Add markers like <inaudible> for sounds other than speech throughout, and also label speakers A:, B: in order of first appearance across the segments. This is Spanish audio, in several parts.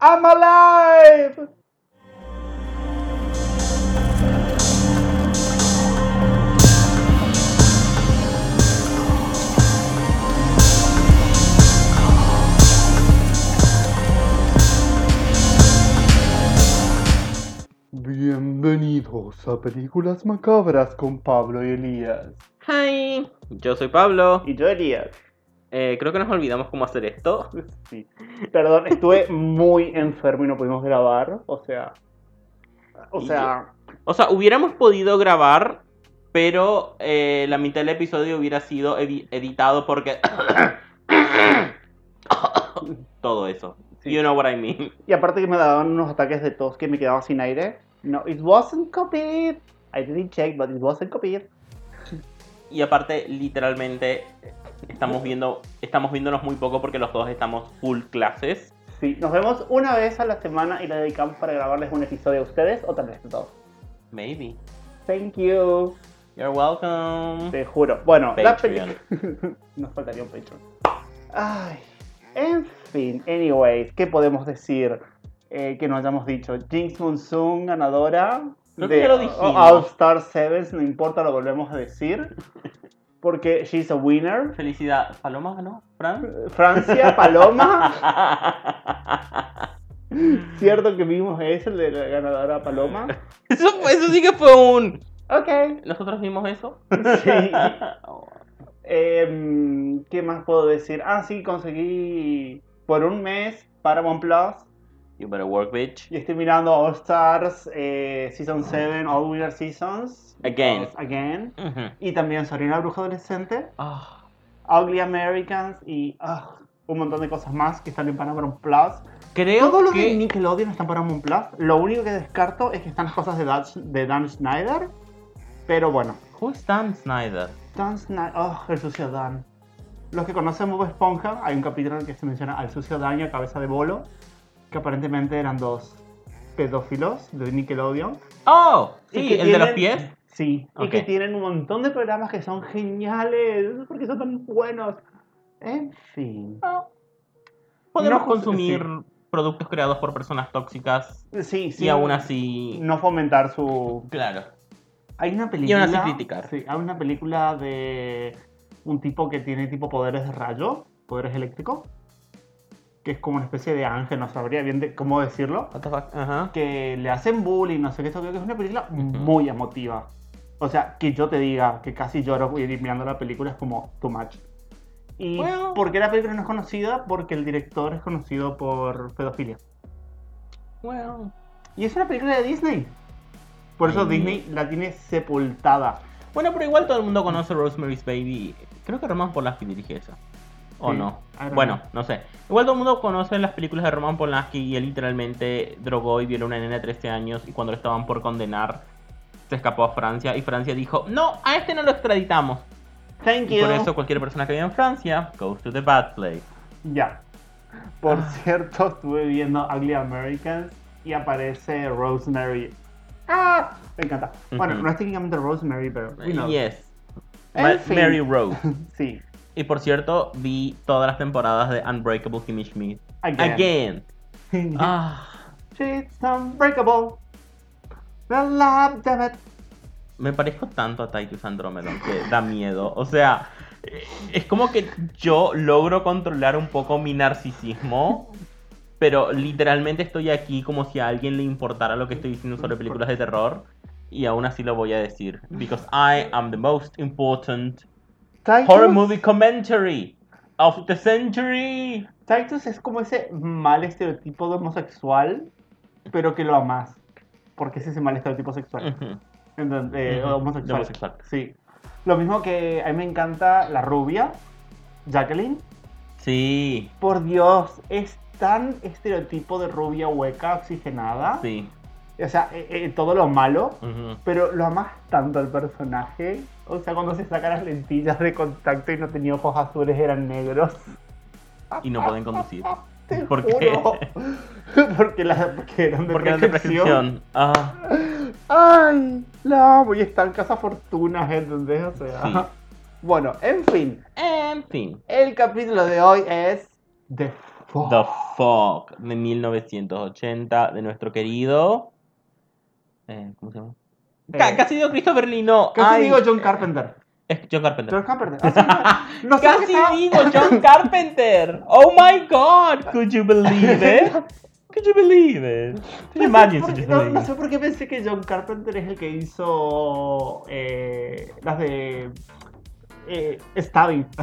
A: I'm alive. Bienvenidos a Películas Macabras con Pablo y Elías.
B: Hi, yo soy Pablo.
A: Y yo, Elías.
B: Eh, creo que nos olvidamos cómo hacer esto.
A: Sí. Perdón, estuve muy enfermo y no pudimos grabar. O sea. O
B: Y-
A: sea.
B: O sea, hubiéramos podido grabar, pero eh, la mitad del episodio hubiera sido edi- editado porque... <coughs> Todo eso.
A: Sí.
B: You know what I mean.
A: Y aparte que me daban unos ataques de tos que me quedaba sin aire. No, it wasn't copied. I didn't check, but it wasn't copied.
B: Y aparte, literalmente, estamos viendo estamos viéndonos muy poco porque los dos estamos full clases.
A: Sí, nos vemos una vez a la semana y la dedicamos para grabarles un episodio a ustedes o tal vez dos.
B: Maybe.
A: Thank you.
B: You're welcome.
A: Te juro. Bueno, la
B: Patreon.
A: peli- Nos faltaría un Patreon. Ay. En fin, anyways, ¿qué podemos decir eh, que no hayamos dicho? Jinx Monsoon, ganadora
B: Creo que ya lo dijimos.
A: All Star Sevens, no importa, lo volvemos a decir. Porque she's a winner.
B: Felicidad. ¿Paloma ganó?
A: <laughs>
B: ¿Fran? <laughs>
A: Francia, Paloma. Cierto que vimos ese, el de la ganadora Paloma.
B: eso, eso sí que fue un...
A: Ok.
B: ¿Nosotros vimos eso? <laughs>
A: Sí.
B: Oh.
A: Em, ¿Qué más puedo decir? Ah, sí, conseguí por un mes Paramount Plus.
B: You better work, bitch.
A: Y estoy mirando All Stars eh, Season 7, All Winter Seasons.
B: Again.
A: Because Again.
B: Ujú.
A: Y también Sorina la Bruja Adolescente,
B: Ah,
A: Ugly Americans y ah, un montón de cosas más que están en Paramount Plus.
B: creo
A: Todo lo de
B: que...
A: Nickelodeon está en Paramount Plus. Lo único que descarto es que están las cosas de Dan, de Dan Schneider. Pero bueno.
B: Who is Dan Snyder?
A: Dan Snyder. Oh, el sucio Dan. Los que conocen Bob Esponja, hay un capítulo en el que se menciona al sucio Dan y a cabeza de bolo, que aparentemente eran dos pedófilos de Nickelodeon.
B: Oh,
A: Y
B: sí,
A: que
B: el de los
A: tienen-
B: pies.
A: Sí, y
B: Ok.
A: que tienen un montón de programas que son geniales, porque son tan buenos. En fin.
B: Oh. Podemos
A: No,
B: consumir productos creados por personas tóxicas
A: Sí, sí.
B: y aún así...
A: No fomentar su.
B: Claro.
A: Hay una película.
B: Y aún así criticar.
A: Sí, hay una película de un tipo que tiene tipo poderes de rayo, poderes eléctricos, que es como una especie de ángel, no sabría bien de- cómo decirlo,
B: What the fuck? Ajá.
A: que le hacen bullying, no sé qué, esto creo que es una película muy emotiva. O sea, que yo te diga que casi lloro ir mirando la película es como too much. ¿Y
B: Bueno.
A: por qué la película no es conocida? Porque el director es conocido por pedofilia.
B: Well.
A: Y es una película de Disney. Por eso
B: Ay.
A: Disney la tiene sepultada.
B: Bueno, pero igual todo el mundo conoce Rosemary's Baby. Creo que Roman Polanski dirige esa. ¿O
A: Sí,
B: no?
A: I don't
B: Bueno,
A: know.
B: no sé. Igual todo el mundo conoce las películas de Roman Polanski y él literalmente drogó y violó a una nena de 13 años y cuando lo estaban por condenar se escapó a Francia y Francia dijo, no, a este no lo extraditamos.
A: Thank
B: Y por eso cualquier persona que viva en Francia goes to the bad place.
A: Ya. Por
B: Ah.
A: cierto, estuve viendo Ugly Americans y aparece Rosemary. ¡Ah! Me encanta. Bueno,
B: Ujú.
A: no es técnicamente Rosemary, pero. you know.
B: Yes.
A: En
B: Ma-
A: fin. <laughs>
B: Mary Rose.
A: Sí.
B: Y por cierto, vi todas las temporadas de Unbreakable Kimmy Schmidt.
A: Again. <laughs>
B: Again. Ah.
A: She's unbreakable. The love, damn it.
B: Me parezco tanto a Titus Andromedon que da miedo. O sea, eh, es como que yo logro controlar un poco mi narcisismo, pero literalmente estoy aquí como si a alguien le importara lo que estoy diciendo sobre películas de terror. Y aún así lo voy a decir. Because I am the most important
A: Titus,
B: horror movie commentary of the century.
A: Titus es como ese mal estereotipo de homosexual, pero que lo amas. Porque es ese mal estereotipo sexual.
B: Ujú,
A: Entonces, eh,
B: ujú, de
A: homosexual.
B: homosexual.
A: Sí. Lo mismo que a mí me encanta la rubia, Jacqueline.
B: Sí,
A: Por Dios, es tan estereotipo de rubia hueca, oxigenada.
B: sí.
A: O sea, eh, eh, todo lo malo.
B: ujú.
A: Pero lo amas tanto al personaje. O sea, cuando se saca las lentillas de contacto y no tenía ojos azules, eran negros.
B: Y no pueden conducir.
A: <laughs> Te
B: ¿Por qué?
A: juro. Porque, la, porque eran de
B: Porque no te prescripción. Ah,
A: Ay, la amo. Y está en Casa Fortunas, ¿eh? ¿entendés? O sea.
B: Sí.
A: <laughs> Bueno, en fin.
B: en fin.
A: El capítulo de hoy es The Fuck.
B: The Fog de 1980 de nuestro querido. eh, ¿Cómo se llama? Ca-
A: Eh,
B: casi digo Christopher Lee, no.
A: Casi
B: ay,
A: digo John Carpenter.
B: es John Carpenter.
A: John Carpenter. Así
B: <laughs>
A: que- no sé por qué
B: Casi
A: estaba-
B: digo John Carpenter. Oh my god, could you believe
A: <laughs>
B: it? Could you believe it?
A: no sé
B: Imagine
A: por
B: such
A: qué-
B: a
A: no, no
B: thing.
A: sé por qué pensé que John Carpenter es el que hizo eh, las de eh, Stabbing. <laughs>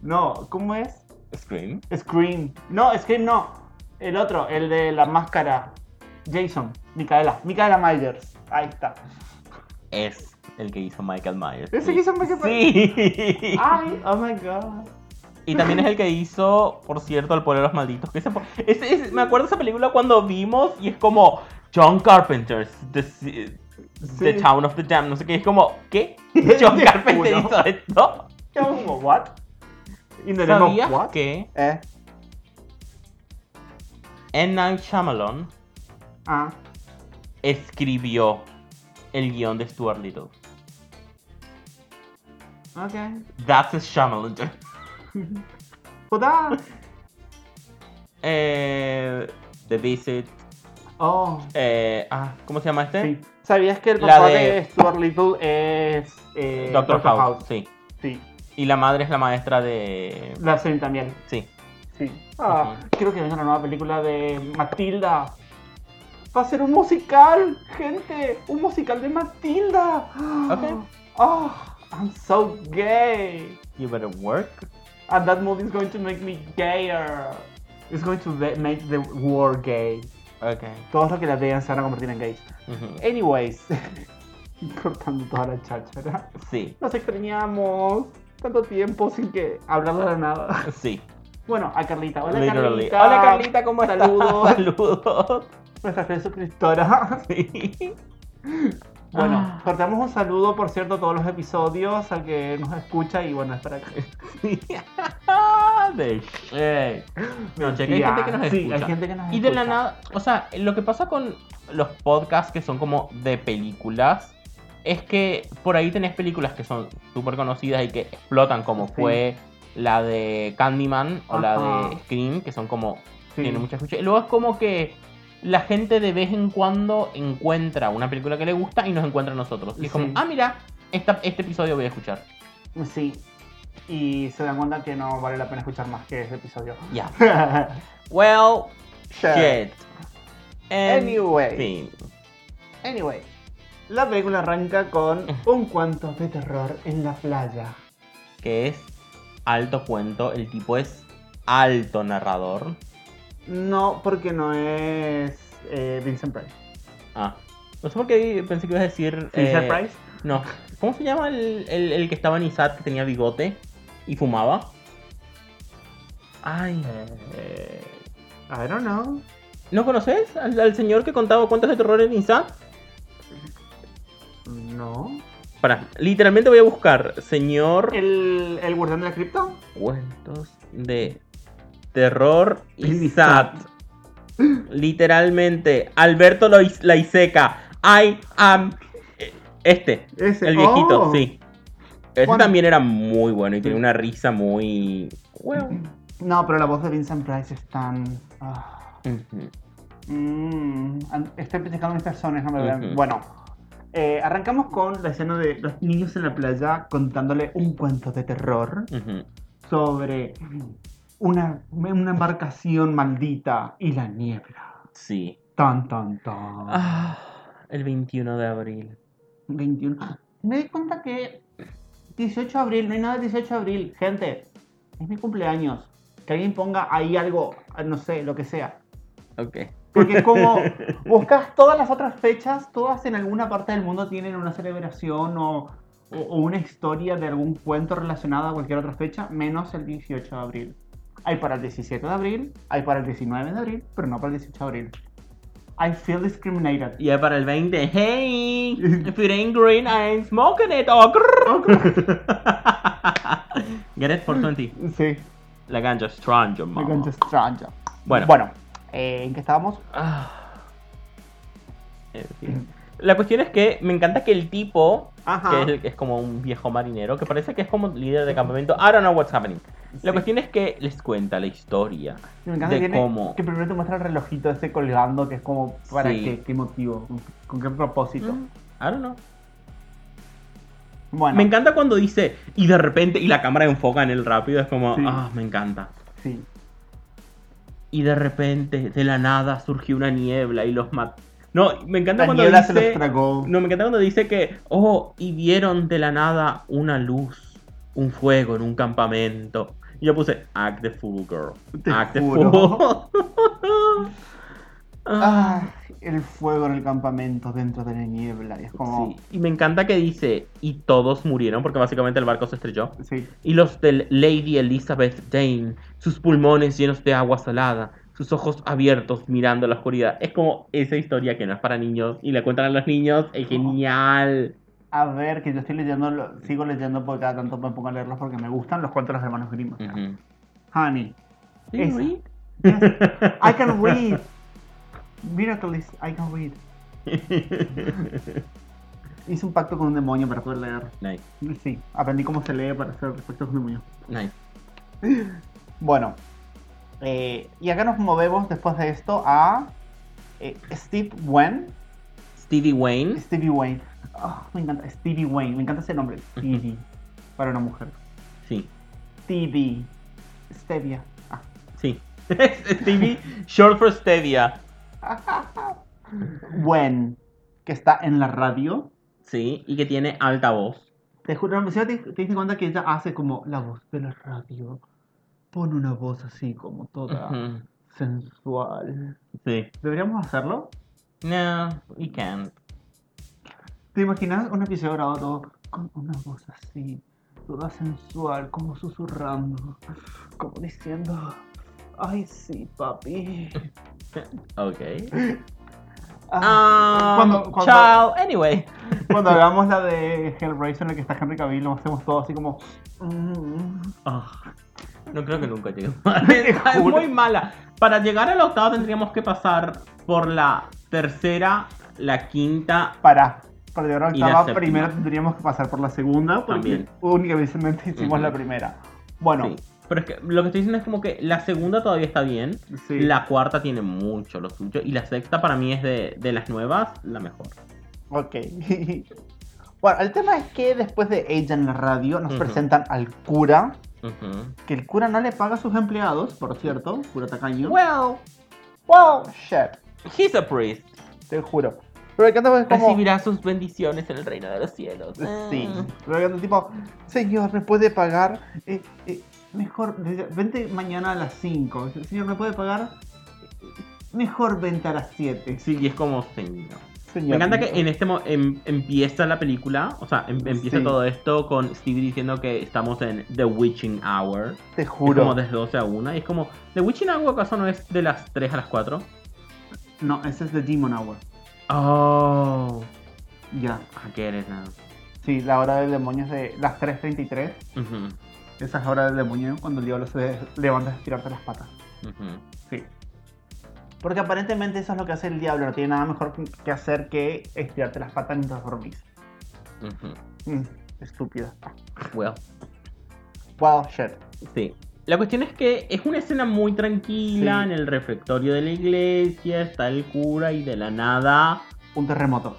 A: No, ¿cómo es?
B: Scream.
A: Scream. No, Scream no. El otro, el de la máscara. Jason, Micaela, Micaela Myers. Ahí está.
B: Es el que hizo Michael Myers.
A: ¿Ese que hizo Michael
B: Sí. <laughs>
A: Ay, oh my god.
B: Y también es el que hizo, por cierto, El Pueblo de los Malditos. Que ese fue- ese- ese- me acuerdo de esa película cuando vimos y es como John Carpenter's The, Ci- The
A: Sí.
B: Town of the Damned. No sé qué. Es como, ¿qué?
A: Te
B: ¿John
A: juro.
B: Carpenter hizo esto?
A: ¿Qué hago como, what? In the name of
B: ¿Sabías
A: what?
B: que
A: Eh.
B: M. Night Shyamalan
A: Ah.
B: escribió el guión de Stuart Little?
A: Ok.
B: That's a Shyamalan.
A: Joda.
B: Eh, The Visit.
A: Oh.
B: eh, ah, ¿Cómo se llama este?
A: Sí. ¿Sabías que el
B: La
A: papá de...
B: de-
A: Stuart Little es. eh,
B: Doctor House. Sí.
A: Sí.
B: Y la madre es la maestra de...
A: La serie también.
B: Sí.
A: Sí. Ah,
B: Ujú.
A: Creo que venga la nueva película de Matilda. Va a ser un musical, gente. Un musical de Matilda.
B: Ok.
A: Oh, I'm so gay.
B: You better work.
A: And that movie is going to make me gayer. It's going to be- make the world gay.
B: Ok.
A: Todos los que la vean se van a convertir en gays.
B: Ujú.
A: Anyways. <laughs> Cortando toda la cháchara.
B: Sí,
A: Nos extrañamos. Tanto tiempo sin que hablar de la nada.
B: sí.
A: Bueno, a Carlita. Hola
B: Literally.
A: Carlita.
B: Hola Carlita, <laughs> ¿cómo estás?
A: Saludos.
B: Saludos. <laughs>
A: Nuestra fiel suscriptora. <laughs>
B: Sí.
A: Bueno,
B: Ah.
A: cortamos un saludo, por cierto, a todos los episodios, al que nos escucha y bueno, es para que...
B: Ah, De shit. No, checa, hay gente que nos
A: Sí,
B: escucha.
A: hay gente que nos
B: Y de la
A: escucha.
B: nada, o sea, lo que pasa con los podcasts que son como de películas es que por ahí tenés películas que son súper conocidas y que explotan, como
A: Sí.
B: fue la de Candyman o la de
A: Ajá.
B: Scream, que son como
A: Sí.
B: tiene mucha escucha. Y luego es como que la gente de vez en cuando encuentra una película que le gusta y nos encuentra a nosotros. Y es como,
A: Sí.
B: ah, mira, esta- este episodio voy a escuchar.
A: Sí. Y se dan cuenta que no vale la pena escuchar más que ese episodio. <laughs>
B: Ya. Well,
A: Shit.
B: shit. En
A: Anyway.
B: fin.
A: Anyway. La película arranca
B: <laughs>
A: con un cuento de terror en la playa.
B: Que es alto cuento. El tipo es alto narrador.
A: No, porque no es eh, Vincent Price.
B: Ah. No sé por qué pensé que ibas a decir.
A: ¿Vincent
B: eh,
A: Price?
B: No. ¿Cómo se llama el, el- el que estaba en ISAT que tenía bigote y fumaba? Ay.
A: Eh, I don't know.
B: ¿No conoces al, al señor que contaba cuentos de terror en ISAT?
A: No.
B: Para, literalmente voy a buscar. Señor.
A: ¿El, el guardián de la cripta?
B: Cuentos de terror y
A: Isaac.
B: sat. Literalmente, Alberto Lois- Laiseca. I am. eh, Este,
A: Ese.
B: el viejito,
A: Oh.
B: sí. Ese
A: Bueno.
B: también era muy bueno y tenía
A: Sí.
B: una risa muy.
A: No, pero la voz de Vincent Price es tan. ah.
B: Ujú.
A: Mm, an- estoy pensando en personas, no me vean.
B: Ujú.
A: Bueno, eh, arrancamos con la escena de los niños en la playa contándole un cuento de terror
B: Ujú.
A: sobre una, una embarcación maldita y la niebla.
B: Sí.
A: Tan, tan, tan.
B: Ah, el 21 de abril.
A: 21. Me di cuenta que 18 de abril, no hay nada de 18 de abril. Gente, es mi cumpleaños. Que alguien ponga ahí algo, no sé, lo que sea.
B: Ok.
A: Porque es <laughs> como buscas todas las otras fechas, todas en alguna parte del mundo tienen una celebración o, o- o una historia de algún cuento relacionado a cualquier otra fecha, menos el 18 de abril. Hay para el 17 de abril, hay para el 19 de abril, pero no para el 18 de abril. I feel discriminated.
B: Y es para el 20. Hey,
A: <laughs>
B: if it ain't green, I ain't smoking it. Oh,
A: <laughs>
B: grrr. Get it for 20.
A: Sí,
B: La ganja es strong, yo,
A: me
B: mamá.
A: encuentro extraña.
B: Bueno.
A: bueno eh, ¿en qué estábamos?
B: Ah. En fin. La cuestión es que me encanta que el tipo,
A: Ajá.
B: que es, es como un viejo marinero, que parece que es como líder de campamento, I don't know what's happening. La cuestión es que les cuenta la historia.
A: Me encanta
B: de
A: que, tiene-
B: cómo.
A: que primero te muestra el relojito ese colgando, que es como, ¿para
B: Sí.
A: qué? ¿Qué motivo? ¿Con qué propósito?
B: Mm, I don't know.
A: Bueno,
B: Me encanta cuando dice y de repente y la cámara enfoca en él rápido, es como,
A: Sí.
B: ah, me encanta.
A: sí.
B: Y de repente, de la nada, surgió una niebla y los mató. No, me encanta
A: La
B: cuando
A: niebla
B: dice
A: se los tragó.
B: No, me encanta cuando dice que, oh, y vieron de la nada una luz, un fuego en un campamento. Y yo puse, act the fool, girl.
A: Te
B: act the
A: juro.
B: fool. Ah,
A: <laughs> Ah, el fuego en el campamento dentro de la niebla. Y es como.
B: sí. Y me encanta que dice, y todos murieron, porque básicamente el barco se estrelló.
A: Sí.
B: Y los de Lady Elizabeth Dane, sus pulmones llenos de agua salada, sus ojos abiertos mirando la oscuridad. Es como esa historia que no es para niños y la cuentan a los niños, es genial.
A: A ver, que yo estoy leyendo, lo- sigo leyendo porque cada tanto me pongo a leerlos porque me gustan los cuentos de los hermanos Grimm.
B: Ujú.
A: Honey,
B: Sí,
A: Esa.
B: Reed.
A: yes, I can read. Miracles, I can read. Hice un pacto con un demonio para poder leer.
B: <laughs> nice,
A: Sí, aprendí cómo se lee para hacer pactos con demonios.
B: nice.
A: Bueno, eh, y acá nos movemos después de esto a eh, Steve Wen.
B: Stevie Wayne.
A: Stevie Wayne. Ah, me encanta, Stevie Wayne, me encanta ese nombre. Stevie, para una mujer.
B: Sí,
A: Stevie, Stevia. Ah.
B: sí. <laughs> Stevie, short for Stevia.
A: Wen, que está en la radio.
B: Sí, y que tiene alta voz.
A: Te juro, no, si no te, te diste cuenta que ella hace como la voz de la radio. Pone una voz así como toda
B: Ujú.
A: sensual.
B: Sí.
A: ¿Deberíamos hacerlo?
B: No, we can't.
A: ¿Te imaginas un episodio grabado todo con una voz así, toda sensual, como susurrando, como diciendo, ay sí, papi.
B: Ok.
A: Ah, cuando,
B: Um,
A: cuando-
B: Chao, anyway.
A: cuando hagamos la de Hellraiser en la que está Henry Cavill, lo hacemos todo así como... mm,
B: Ah, no creo que nunca lleguemos.
A: Te
B: <laughs> es
A: juro.
B: muy mala. Para llegar a la octava tendríamos que pasar por la tercera, la quinta.
A: para, para llegar a la
B: Y la
A: octava,
B: séptima.
A: primero tendríamos que pasar por la segunda, porque
B: También.
A: únicamente hicimos
B: Ujú.
A: la primera. Bueno,
B: Sí. Pero es que lo que estoy diciendo es como que la segunda todavía está bien.
A: sí.
B: La cuarta tiene mucho lo suyo. Y la sexta para mí es de, de las nuevas la mejor.
A: Ok. <laughs> bueno, el tema es que después de ella en la radio nos
B: Ujú.
A: presentan al cura,
B: Ujú.
A: que el cura no le paga a sus empleados, por cierto, cura tacaño.
B: Well,
A: wow, shit,
B: he's a priest.
A: te juro. Pero el canto es como...
B: Recibirá sus bendiciones en el reino de los cielos.
A: Sí,
B: Mm.
A: pero el canto tipo, señor, ¿me puede pagar? Eh, eh, mejor, vente mañana a las 5. Señor, ¿me puede pagar? eh, Mejor vente a las 7.
B: Sí, y es como señor.
A: Señor,
B: Me encanta que en este mo- em- empieza la película, o sea, em- empieza
A: Sí.
B: todo esto con Stevie diciendo que estamos en The Witching Hour.
A: Te
B: Es como
A: juro.
B: desde 12 a 1. Y es como, ¿The Witching Hour acaso no es de las 3 a las 4?
A: No, ese es The Demon Hour.
B: Oh,
A: Ya.
B: I get it now.
A: Sí, la hora del demonio es de las 3.33.
B: Ujú,
A: Esa es la hora del demonio cuando el diablo se levanta a estirarse las patas.
B: ujú.
A: Sí. Porque aparentemente eso es lo que hace el diablo. No tiene nada mejor que hacer que estirarte las patas mientras dormís.
B: Ujú.
A: Mm, estúpida.
B: Well,
A: Wow, shit.
B: sí. La cuestión es que es una escena muy tranquila
A: Sí.
B: en el refectorio de la iglesia, está el cura y de la nada
A: Un terremoto.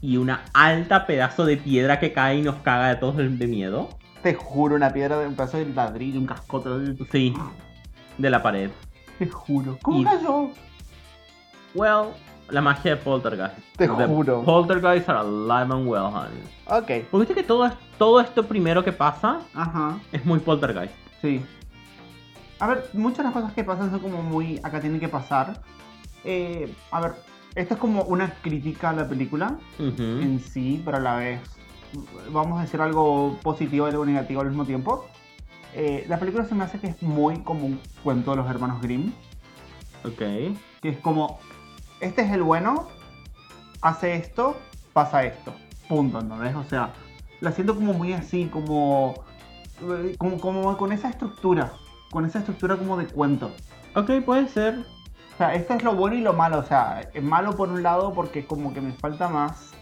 B: y una alta pedazo de piedra que cae y nos caga de todos de de miedo.
A: Te juro, una piedra de un pedazo de ladrillo, <laughs> un cascote.
B: Sí, de la pared.
A: Te juro. ¿Cómo
B: Y-
A: cayó?
B: Well, la magia de Poltergeist.
A: Te
B: The
A: juro.
B: Poltergeeists are alive and well, honey.
A: Ok.
B: Porque viste que todo, es- todo esto primero que pasa
A: Ajá.
B: es muy Poltergeist.
A: Sí. A ver, muchas de las cosas que pasan son como muy. Acá tienen que pasar. Eh, a ver, esto es como una crítica a la película
B: Ujú.
A: en sí, pero a la vez. Vamos a decir algo positivo y algo negativo al mismo tiempo. Eh, la película se me hace que es muy como un cuento de los hermanos Grimm.
B: Ok.
A: Que es como. Este es el bueno, hace esto, pasa esto. Punto, ¿no ves? O sea, la siento como muy así, como. eh, Como, como con esa estructura. Con esa estructura como de cuento.
B: Ok, puede ser.
A: O sea, esto es lo bueno y lo malo. O sea, es malo por un lado porque como que me falta más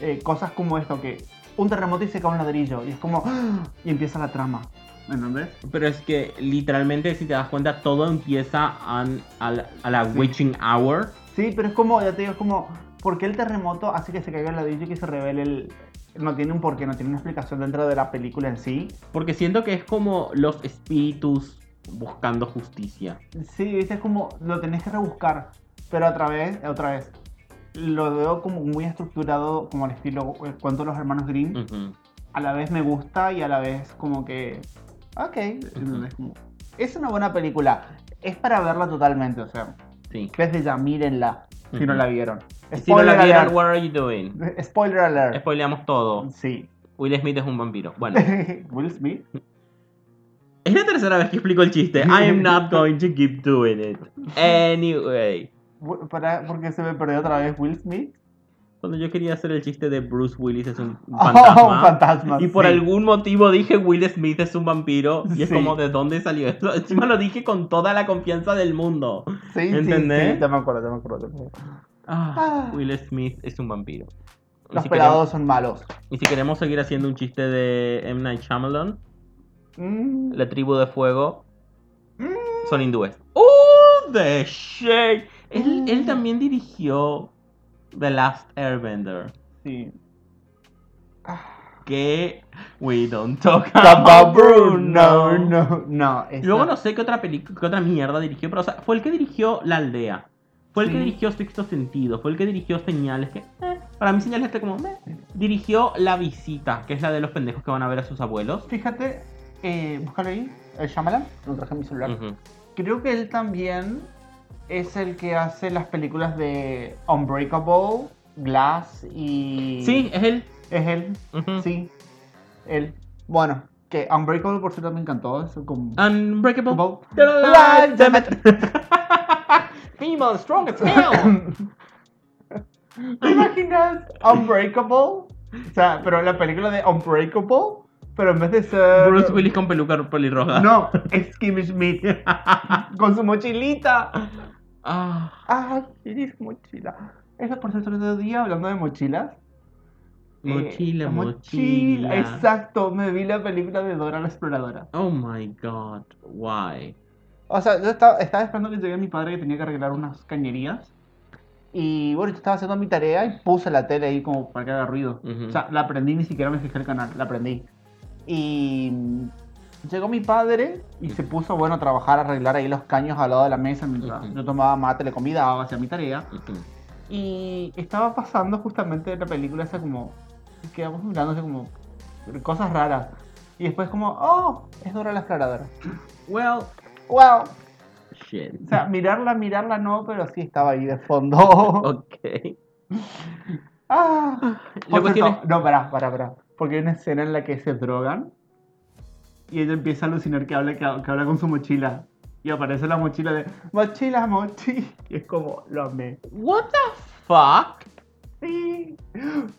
A: eh, cosas como esto, que un terremoto y se cae un ladrillo. Y es como. ¡ah! Y empieza la trama. ¿Entendés?
B: Pero es que literalmente, si te das cuenta, todo empieza an- al- a la witching hour.
A: Sí, pero es como, ya te digo, es como, ¿por qué el terremoto hace que se caiga el ladrillo y que se revele el... No tiene un porqué, no tiene una explicación dentro de la película en sí.
B: Porque siento que es como los espíritus buscando justicia.
A: Sí, viste, es como, lo tenés que rebuscar, pero otra vez, otra vez. Lo veo como muy estructurado, como al estilo eh, cuento de los hermanos Grimm.
B: Ujú.
A: A la vez me gusta y a la vez como que... Ok, ¿entendés? Como- es una buena película. Es para verla totalmente, o sea,
B: Sí.
A: desde ya mírenla si no
B: Ujú.
A: la vieron.
B: Y Si no la vieron,
A: alert.
B: what are you doing?
A: Spoiler alert.
B: Spoileamos todo.
A: Sí.
B: Will Smith es un vampiro. Bueno,
A: <laughs> Will Smith.
B: es la tercera vez que explico
A: <laughs>
B: el chiste. I am not going to keep doing it. Anyway.
A: Bu- Para, porque se me perdió otra vez Will Smith.
B: Cuando yo quería hacer el chiste de Bruce Willis
A: <laughs>
B: es un
A: Oh,
B: fantasma.
A: un fantasma,
B: Y por
A: sí.
B: algún motivo dije Will Smith es un vampiro. Y es
A: Sí.
B: como, ¿de dónde salió esto? <laughs> Encima lo dije con toda la confianza del mundo.
A: Sí, sí,
B: ¿Entendés?
A: sí, ya me acuerdo, ya me acuerdo. ya me acuerdo.
B: Ah,
A: Ah.
B: Will Smith es un vampiro. Y
A: Los
B: si, queremos,
A: pelados son malos.
B: y si queremos seguir haciendo un chiste de M. Night Shyamalan,
A: Mm,
B: la tribu de fuego
A: mm,
B: son hindúes. Ah. ¡Oh, the shit! Él, él también dirigió The Last Airbender. <laughs>
A: sí.
B: Que we don't talk about
A: Bruno,
B: Ah, Bruno.
A: no, no.
B: Y
A: esa-
B: Luego no sé qué otra película, qué otra mierda dirigió, pero o sea, fue el que dirigió La Aldea. Fue el que
A: Sí.
B: dirigió Sexto Sentido, fue el que dirigió Señales, que eh, para mí Señales está como meh. Dirigió La Visita, que es la de los pendejos que van a ver a sus abuelos.
A: Fíjate, eh, búscalo ahí, el Shyamalan, lo traje en mi celular.
B: Ujú.
A: Creo que él también es el que hace las películas de Unbreakable, Glass y...
B: Sí, es él.
A: Es él,
B: Ujú.
A: sí, él. Bueno, que Unbreakable por cierto me encantó, eso como...
B: Ah. Unbreakable.
A: Unbreakable.
B: You're alive, damn it. <laughs> Female, strong as hell.
A: ¿Te imaginas Unbreakable? O sea, pero la película de Unbreakable, pero en vez de ser...
B: Bruce Willis con peluca pelirroja.
A: No, es Kimmy Schmidt con su mochilita.
B: Ah.
A: Ah, Iris, mochila. Eso por cierto, el otro día hablando de mochilas. eh,
B: Mochila,
A: la
B: mochila.
A: Exacto, me vi la película de Dora la Exploradora.
B: Oh my god, why?
A: O sea, yo estaba, estaba esperando que llegue mi padre que tenía que arreglar unas cañerías. Y bueno, yo estaba haciendo mi tarea y puse la tele ahí como para que haga ruido.
B: Ujú.
A: O sea, la aprendí, ni siquiera me fijé el canal, la aprendí. Y mm, llegó mi padre y se puso, bueno, a trabajar, a arreglar ahí los caños al lado de la mesa mientras
B: Ujú.
A: yo tomaba mate, le comida, daba, hacía mi tarea.
B: Ujú.
A: Y estaba pasando justamente la película esa como... Quedamos mirándose como cosas raras. Y después como, oh, es Dora la Exploradora.
B: Well,
A: Wow.
B: shit.
A: O sea, mirarla, mirarla no, pero sí estaba ahí de fondo.
B: Ok.
A: <laughs> ah.
B: La
A: Por
B: cuestión
A: cierto, No, pará, pará, pará. Porque hay una escena en la que se drogan y ella empieza a alucinar que habla, que, que habla con su mochila. Y aparece la mochila de mochila, mochila. Y es como, lo amé.
B: es- What the fuck?
A: Sí.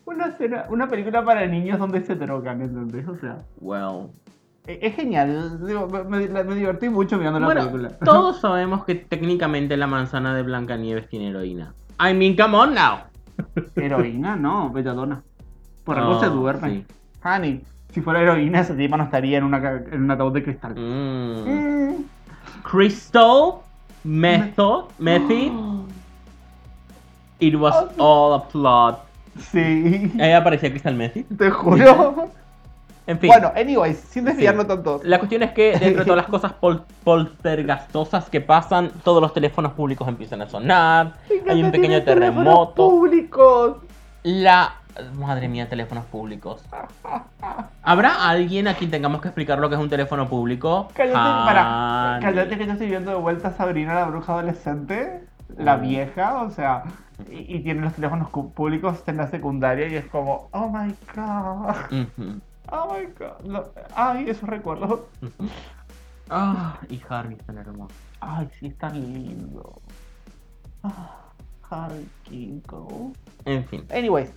A: Una, escena- una película para niños donde se drogan, ¿entendés? O sea,
B: Well.
A: e- es genial. Digo, me, me- la- me divertí mucho mirando la
B: Bueno,
A: película. <laughs>
B: todos sabemos que técnicamente la manzana de Blancanieves tiene heroína. I mean, come on now.
A: Heroína, no, belladona. Por
B: Oh,
A: algo se duerme.
B: sí.
A: Honey, si fuera heroína, esa tipa no estaría en, una, ca- en un ataúd de cristal.
B: Mm.
A: Mm.
B: Crystal Method Method. It was all a plot.
A: Sí,
B: Ahí aparecía Crystal Method.
A: te juro.
B: En fin.
A: <laughs> Bueno, anyways, sin desviarnos
B: Eh, Sí.
A: tanto.
B: La cuestión es que dentro de todas las cosas pol- poltergastosas que pasan, todos los teléfonos públicos empiezan a sonar, hay un
A: Tiene
B: pequeño
A: teléfonos
B: terremoto.
A: Públicos.
B: La... Madre mía, teléfonos públicos. ¿Habrá alguien a quien tengamos que explicar lo que es un teléfono público?
A: Cállate,
B: Ah,
A: pará. Cállate que yo estoy viendo de vuelta a Sabrina la bruja adolescente, la
B: Mm.
A: vieja, o sea, y, y tiene los teléfonos cu- públicos en la secundaria y es como, oh my god,
B: Ujú.
A: oh my god, lo- ay, esos recuerdos.
B: Ah, y Harvey es tan hermoso.
A: Ay, sí, es tan lindo. Ah, Harry Kinko.
B: En fin.
A: Anyways,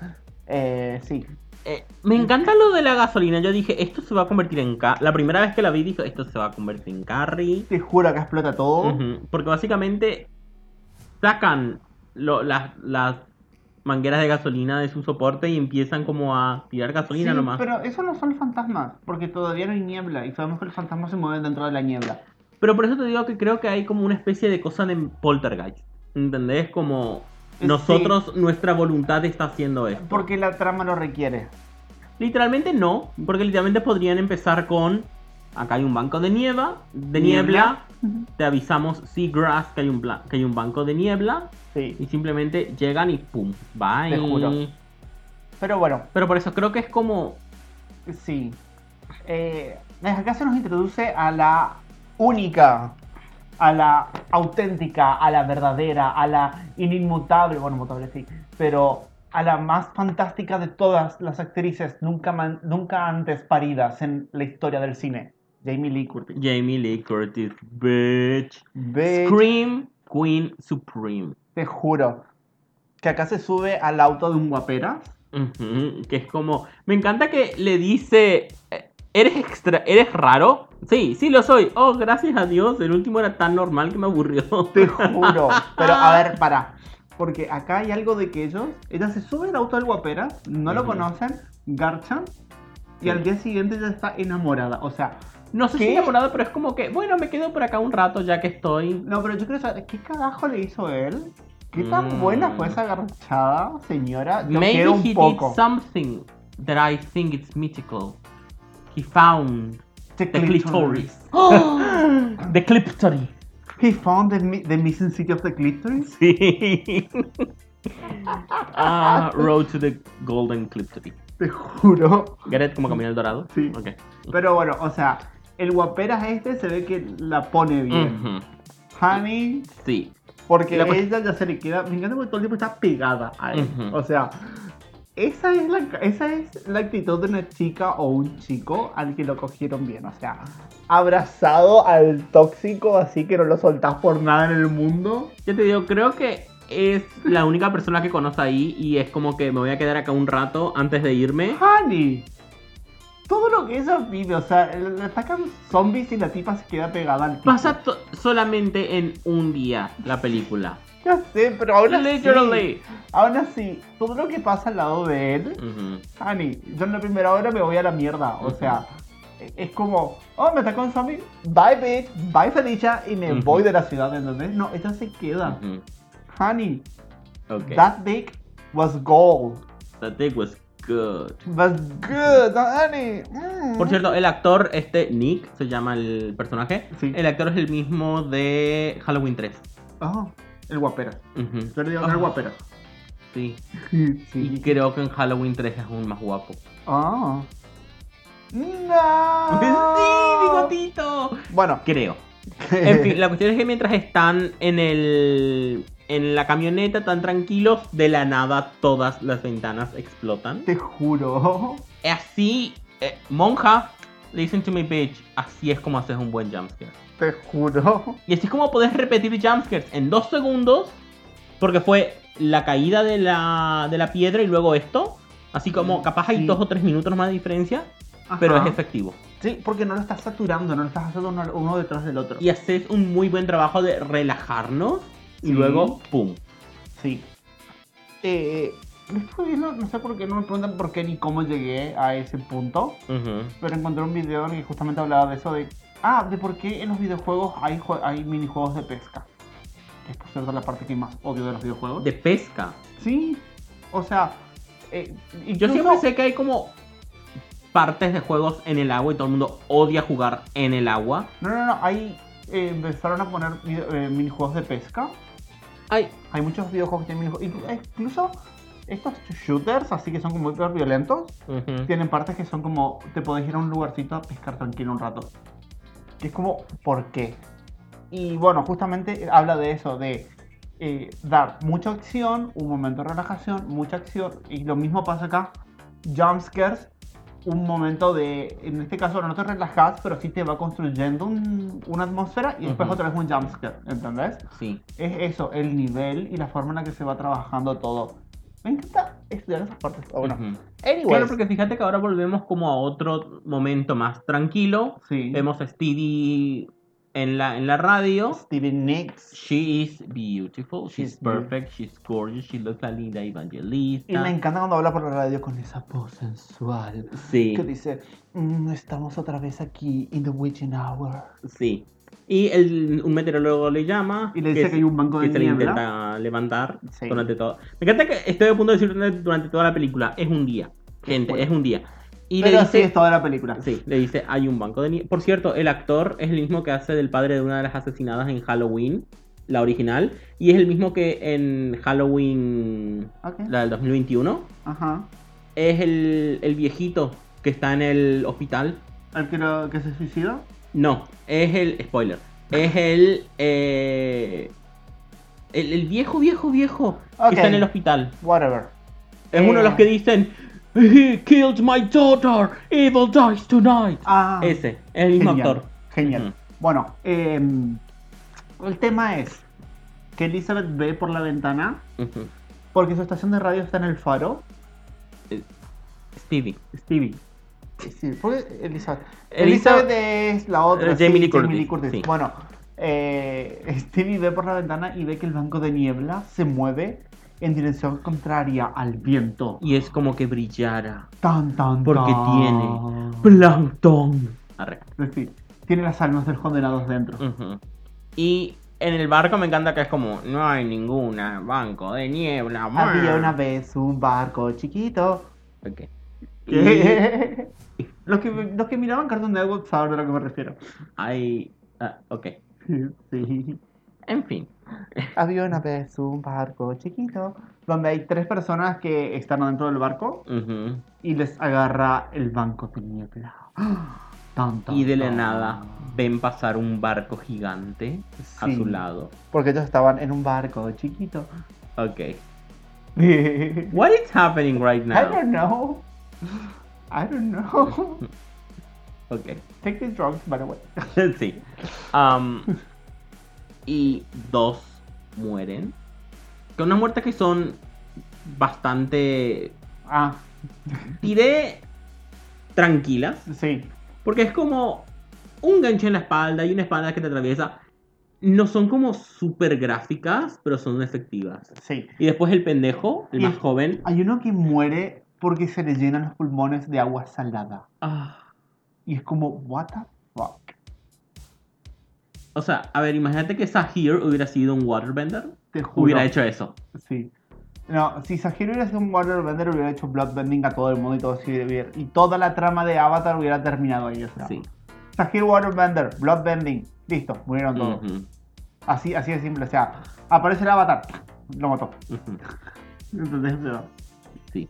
A: eh, sí.
B: Eh, me
A: Mm.
B: encanta lo de la gasolina. Yo dije, esto se va a convertir en... Ca la primera vez que la vi, dije, esto se va a convertir en Carrie.
A: Te juro que explota todo.
B: Ujú, Porque básicamente sacan lo- las, las mangueras de gasolina de su soporte y empiezan como a tirar gasolina
A: Sí,
B: nomás. Pero...
A: Pero eso no son los fantasmas, porque todavía no hay niebla y sabemos que los fantasmas se mueven dentro de la niebla.
B: por eso te digo que creo que hay como una especie de cosa de poltergeist. ¿Entendés? Como
A: Sí.
B: nosotros, nuestra voluntad está haciendo esto.
A: Porque la trama lo requiere.
B: Literalmente no, porque literalmente podrían empezar con acá hay un banco de nieva, de niebla,
A: Niebla.
B: te avisamos Seagrass que hay un bla- que hay un banco de niebla
A: Sí.
B: y simplemente llegan y pum, bye.
A: Te juro. Pero bueno,
B: Pero por eso creo que es como
A: Sí. Eh, acá se nos introduce a la única, a la auténtica, a la verdadera, a la inimutable, bueno, mutable sí, pero a la más fantástica de todas las actrices nunca, man- nunca antes paridas en la historia del cine, Jamie Lee Curtis.
B: Jamie Lee Curtis, bitch.
A: Bitch,
B: Scream Queen Supreme.
A: te juro que acá se sube al auto de un guapera.
B: Ujú, Que es como. Me encanta que le dice. eh, ¿Eres extra. ¿Eres raro? Sí, sí lo soy. Oh, gracias a Dios. El último era tan normal que me aburrió.
A: Te juro. Pero a
B: <laughs>
A: ver, para. Porque acá hay algo de que ellos, ellas se suben al auto del guapera, no lo
B: Ujú.
A: conocen, garchan, y
B: Sí.
A: al día siguiente ya está enamorada. O sea,
B: <laughs> No sé
A: ¿Qué?
B: si enamorado, pero es como que. Bueno, me quedo por acá un rato ya que estoy.
A: no, pero yo quiero saber, ¿qué carajo le hizo él? ¿Qué tan
B: Mm.
A: buena fue esa garchada, señora? Yo
B: Maybe
A: quiero un
B: he
A: poco.
B: did something that I think it's mythical. He found
A: The
B: the
A: clitoris. <gasps>
B: clitoris. the clitoris. <gasps>
A: He found the, mi- the missing city of the clitoris.
B: Sí. <laughs> Ah, Road to the Golden Clitoris.
A: Te juro.
B: ¿Gareth como camino el dorado?
A: Sí.
B: Ok.
A: Pero bueno, o sea, el guaperas este se ve que la pone bien.
B: Ujú.
A: Honey,
B: Sí.
A: Porque
B: La cuest-
A: ella ya se le queda. Me encanta porque todo el tiempo está pegada a él.
B: Ujú.
A: O sea, esa es, la, esa es la actitud de una chica o un chico al que lo cogieron bien. O sea, abrazado al tóxico, así que no lo soltás por nada en el mundo.
B: Yo te digo, creo que es la única persona que conozco ahí y es como que me voy a quedar acá un rato antes de irme.
A: Honey, todo lo que ella vive, o sea, le atacan zombies y la tipa se queda pegada al tipo.
B: Pasa to- solamente en un día la película.
A: Ya sé, pero aún así.
B: Literally.
A: Aún así, todo lo que pasa al lado de él.
B: Ujú.
A: Ani, yo en la primera hora me voy a la mierda. O sea, e- es como, oh, me atacó un zombie, bye bitch, bye Felicia, y me
B: Ujú.
A: voy de la ciudad, ¿entendés? No, ella se queda.
B: Ujú.
A: Honey,
B: Ok.
A: that dick was gold.
B: That dick was good.
A: Was good, honey. Mm.
B: Por cierto, el actor, este Nick, se llama el personaje.
A: Sí.
B: El actor es el mismo de Halloween 3.
A: Oh, el guapera.
B: Ujú.
A: Yo le digo que el
B: Ah,
A: guapera.
B: Sí. Y
A: Sí.
B: creo que en Halloween 3 es aún
A: <laughs>
B: más guapo.
A: Oh.
B: <laughs> ¡Sí,
A: No.
B: bigotito!
A: Bueno,
B: Creo.
A: <laughs>
B: En fin, la cuestión es que mientras están en el. en la camioneta tan tranquilos, de la nada todas las ventanas explotan.
A: te juro.
B: Así, eh, monja, listen to me, bitch. Así es como haces un buen jumpscare.
A: Te juro.
B: Y así es como podés repetir jumpscares en dos segundos. Porque fue la caída de la, de la piedra y luego esto. Así como capaz hay
A: Mm, Sí.
B: dos o tres minutos más de diferencia. Pero es efectivo.
A: Sí, porque no lo estás saturando, no lo estás haciendo uno, uno detrás del otro.
B: Y haces un muy buen trabajo de relajarnos. Y
A: Sí.
B: luego, ¡pum!
A: Sí. Eh, después viendo, no sé por qué, no me preguntan por qué ni cómo llegué a ese punto,
B: Ujú.
A: pero encontré un video en el que justamente hablaba de eso de, ah, de por qué en los videojuegos hay, jue- hay minijuegos de pesca. Que es por cierto la parte que más odio de los videojuegos.
B: De pesca.
A: Sí, o sea, eh,
B: Yo
A: incluso-
B: siempre sé que hay como partes de juegos en el agua y todo el mundo odia jugar en el agua.
A: No, no, no, ahí eh, empezaron a poner video- eh, minijuegos de pesca.
B: Ay,
A: Hay muchos videojuegos que tienen minijuegos. inclu- Incluso estos shooters, así que son como hiper violentos,
B: ujú.
A: tienen partes que son como te podés ir a un lugarcito a pescar tranquilo un rato. Que es como, ¿por qué? Y bueno, justamente habla de eso, de eh, dar mucha acción, un momento de relajación, mucha acción. Y lo mismo pasa acá, jumpscares, un momento de, en este caso no te relajas, pero sí te va construyendo un- una atmósfera y después
B: Ujú.
A: otra vez un jumpscare, ¿entendés?
B: sí.
A: es eso, el nivel y la forma en la que se va trabajando todo. Me encanta estudiar esas partes. Ah, bueno.
B: Ujú.
A: Anyways.
B: Claro, porque fíjate que ahora volvemos como a otro momento más tranquilo.
A: Sí.
B: Vemos a Steady en la, en la radio.
A: Steven Nicks.
B: She is beautiful, she's,
A: She's beautiful.
B: perfect, she's gorgeous, she looks like Linda
A: Y me
B: Evangelista.
A: encanta cuando habla por la radio con esa voz sensual.
B: Sí,
A: Que dice, "Mm, estamos otra vez aquí in the witching hour.
B: sí. Y el, un meteorólogo le llama.
A: Y le dice que,
B: se-
A: hay un banco
B: que
A: de
B: se le
A: niebla.
B: intenta levantar
A: Sí.
B: durante todo. Me encanta que estoy a punto de decir durante, durante toda la película. Es un día, gente,
A: Bueno.
B: es un día. Y
A: Pero
B: le
A: así
B: dice,
A: es toda la película.
B: sí, le dice, hay un banco de nieve. Por cierto, el actor es el mismo que hace del padre de una de las asesinadas en Halloween, la original, y es el mismo que en Halloween,
A: Ok.
B: la del 2021,
A: Ajá.
B: es el, el viejito que está en el hospital.
A: ¿El que, lo- que se suicidó?
B: No, es el. Spoiler. Es el. eh, el, el viejo, viejo, viejo
A: Ok.
B: que está en el hospital.
A: Whatever.
B: Es
A: Eh.
B: uno de los que dicen. He killed my daughter. Evil dies tonight.
A: Ah.
B: Ese, es el mismo
A: Genial,
B: actor.
A: Genial.
B: Ujú.
A: Bueno, eh, el tema es que Elizabeth ve por la ventana
B: Ujú.
A: porque su estación de radio está en el faro.
B: Stevie.
A: Stevie. Sí, fue Elizabeth.
B: Elizabeth-
A: Elizabeth es la otra.
B: Eh, Jamie Lee Curtis,
A: Jamie Lee Curtis.
B: sí.
A: Bueno, eh, <laughs> Stevie ve por la ventana y ve que el banco de niebla se mueve en dirección contraria al viento.
B: Y es como que brillara.
A: Tan, tan,
B: Porque
A: tan.
B: tiene
A: Mm.
B: Plankton. Arre.
A: Es decir, tiene las almas de los condenados dentro.
B: Ujú. Y en el barco me encanta que es como. No hay ninguna. Banco de niebla.
A: Había
B: mua".
A: una vez un barco chiquito.
B: Ok. Y-
A: ¿Qué? <laughs> los, que, los que miraban Cartoon Network saben a lo que me
B: <laughs>
A: refiero.
B: Ay, ah, ok.
A: Sí.
B: En fin.
A: Había una vez un barco chiquito donde hay tres personas que están adentro del barco
B: Ujú.
A: y les agarra el banco de niebla. Tan, tan,
B: Y de la
A: tan.
B: nada ven pasar un barco gigante a
A: Sí,
B: su lado.
A: Porque ellos estaban en un barco
B: <laughs>
A: chiquito.
B: Ok.
A: I
B: What is happening right now?
A: don't know. I don't
B: <laughs>
A: know.
B: Ok.
A: Take these drugs, by the way.
B: <laughs> sí. Am, y dos mueren. Que unas muertes que son bastante.
A: Ah,
B: Diré. tranquilas.
A: sí.
B: Porque es como un gancho en la espalda y una espalda que te atraviesa. No son como súper gráficas, pero son efectivas.
A: Sí.
B: Y después el pendejo, el
A: Y-
B: más joven.
A: Hay uno que muere porque se le llenan los pulmones de agua salada.
B: Ah,
A: Y es como, what the fuck.
B: o sea, a ver, imagínate que Sahir hubiera sido un waterbender.
A: Te juro.
B: Hubiera hecho eso.
A: Sí. No, si Sajiro hubiera sido un Waterbender, hubiera hecho Bloodbending a todo el mundo y todo así hubiera- Y toda la trama de Avatar hubiera terminado ahí. O sea.
B: Sí.
A: Sahiro Waterbender, Bloodbending. Listo, murieron todos.
B: Ujú,
A: Así, así de simple. O sea, aparece el Avatar, lo mató.
B: ujú.
A: Entonces, pero.
B: Sí,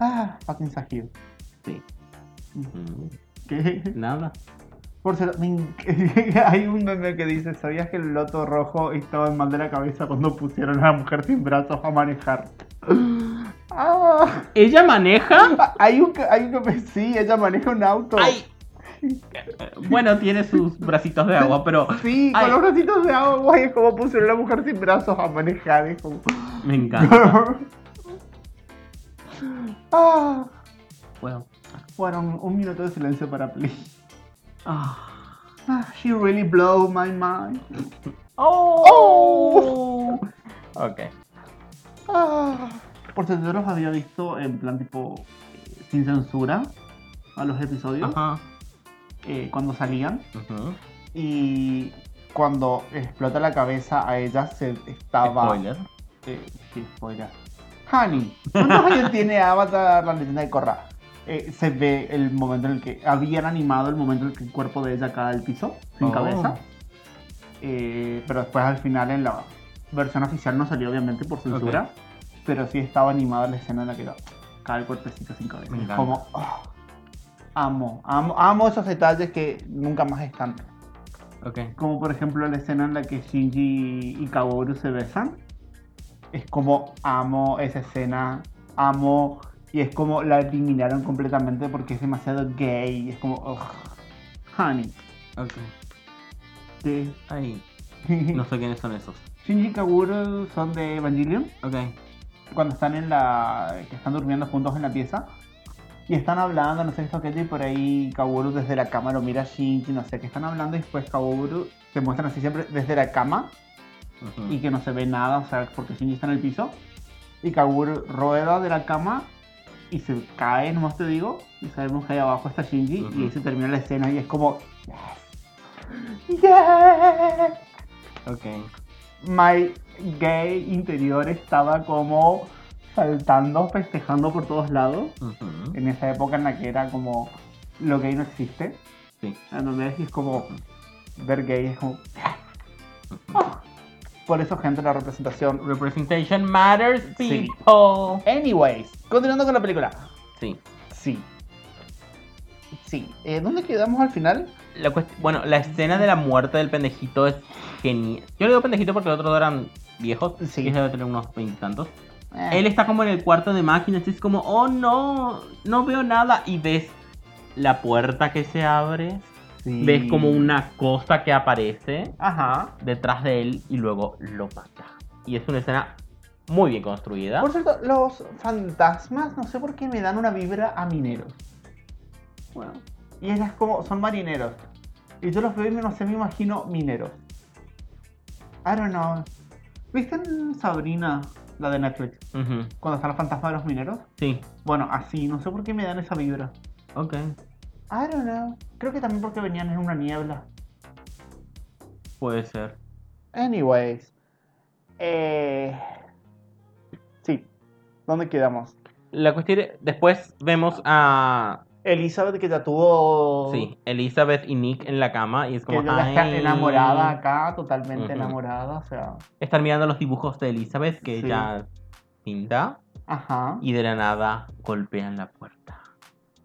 A: Ah, fucking Sahiro.
B: sí. Mm,
A: ¿Qué?
B: Nada.
A: Por cierto, me enc- <laughs> hay un meme que dice: ¿Sabías que el loto rojo estaba mal de la cabeza cuando pusieron a la mujer sin brazos a
B: <gasps>
A: manejar? ah.
B: ¿Ella maneja?
A: Ah, Hay un, ca- hay un, sí, ella maneja un auto.
B: Ay. Eh, Bueno, tiene sus bracitos de agua, pero
A: sí,
B: ay.
A: con los bracitos de agua y es como pusieron a la mujer sin brazos a manejar. Es como... <laughs>
B: me encanta.
A: ah,
B: Well,
A: bueno, un, un minuto de silencio para Play.
B: ah.
A: Ah, she really blow my mind.
B: Oh. Ok.
A: Ah. Por cierto, yo los había visto en plan tipo eh, sin censura a los episodios
B: Ajá.
A: eh, cuando salían.
B: Ujú.
A: Y cuando explota la cabeza a ella se
B: Ah,
A: estaba...
B: Spoiler.
A: Eh, sí, spoiler. Honey,
B: <laughs>
A: ¿cuántos años tiene Avatar la leyenda de Korra? Eh, se ve el momento en el que habían animado el momento en el que el cuerpo de ella cae al piso, sin
B: Oh.
A: cabeza. Eh, pero después al final en la versión oficial no salió obviamente por censura, pero sí estaba animada la escena en la que ca- cae el cuerpecito sin cabeza.
B: Me
A: Es
B: encanta.
A: como oh, amo, amo, amo esos detalles que nunca más están.
B: Ok.
A: Como por ejemplo la escena en la que Shinji y Kaworu se besan. Es como amo esa escena, amo. Y es como la eliminaron completamente porque es demasiado gay. Es como, ugh, honey.
B: Ok.
A: ¿qué?
B: Ay. No sé quiénes son esos.
A: <laughs> Shinji y Kaworu son de Evangelion.
B: Ok.
A: Cuando están en la. que están durmiendo juntos en la pieza. y están hablando, no sé qué es aquello, y por ahí Kaworu desde la cama lo mira a Shinji, no sé qué están hablando, y después Kaworu te muestran así siempre desde la cama
B: Ujú.
A: y que no se ve nada, o sea, porque Shinji está en el piso, y Kaworu rueda de la cama y se cae, nomás te digo, y sabemos que ahí abajo está Shinji,
B: Ujú.
A: y ahí se termina la escena y es como, yes, yes,
B: Ok.
A: my gay interior estaba como saltando, festejando por todos lados
B: Ujú.
A: en esa época en la que era como lo gay no existe.
B: Sí.
A: En donde es como ver gay es como.
B: Ujú.
A: "Ah". Por eso, gente, la representación.
B: Representation matters,
A: Sí.
B: people.
A: Anyways, continuando con la película.
B: Sí.
A: Sí. Sí. Eh, ¿Dónde quedamos al final?
B: La cuest- bueno, la escena de la muerte del pendejito es genial. Yo le digo pendejito porque los otros dos eran viejos.
A: Sí.
B: Sí. Ah. Ellos deben tener unos veintitantos.
A: Eh,
B: Él está como en el cuarto de máquinas y es como, oh no, no veo nada. Y ves la puerta que se abre.
A: sí.
B: Ves como una cosa que aparece
A: Ajá.
B: detrás de él y luego lo mata. Y es una escena muy bien construida.
A: Por cierto, los fantasmas, no sé por qué me dan una vibra a mineros.
B: Bueno,
A: Y ellas como, son marineros. Y yo los veo y me- no sé, me imagino mineros. I don't know. ¿Viste en Sabrina, la de Netflix?
B: ujú,
A: Cuando están los fantasmas de los mineros.
B: Sí,
A: Bueno, así, no sé por qué me dan esa vibra.
B: ok.
A: I don't know. Creo que también porque venían en una niebla.
B: Puede ser.
A: Anyways. Eh... Sí. ¿Dónde quedamos?
B: La cuestión es, después vemos a
A: Elizabeth que ya tuvo...
B: sí, Elizabeth y Nick en la cama y es
A: Que
B: como
A: ya está
B: "Ay".
A: enamorada acá, totalmente
B: Ujú.
A: enamorada, o sea...
B: Están mirando los dibujos de Elizabeth que
A: Sí.
B: ella pinta
A: Ajá.
B: y de la nada golpean la puerta.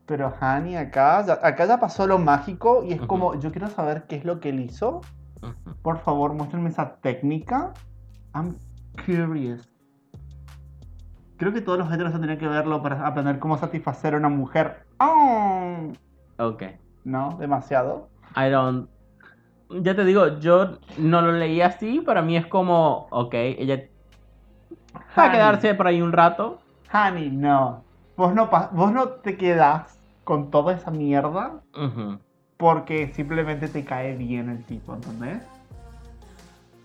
A: Pero Hani acá, ya- acá ya pasó lo mágico y es
B: Ujú.
A: como, yo quiero saber qué es lo que él hizo.
B: Ujú.
A: Por favor, muéstrenme esa técnica. I'm curious. Creo que todos los heteros han tenido que verlo para aprender cómo satisfacer a una mujer. Ah,
B: Ok.
A: No, demasiado.
B: I don't ya te digo, yo no lo leí así, para mí es como, ok, ella va a
A: Honey.
B: quedarse por ahí un rato.
A: Hani, no. Vos no, pa- vos no te quedás con toda esa mierda
B: Ujú.
A: porque simplemente te cae bien el tipo, ¿entendés?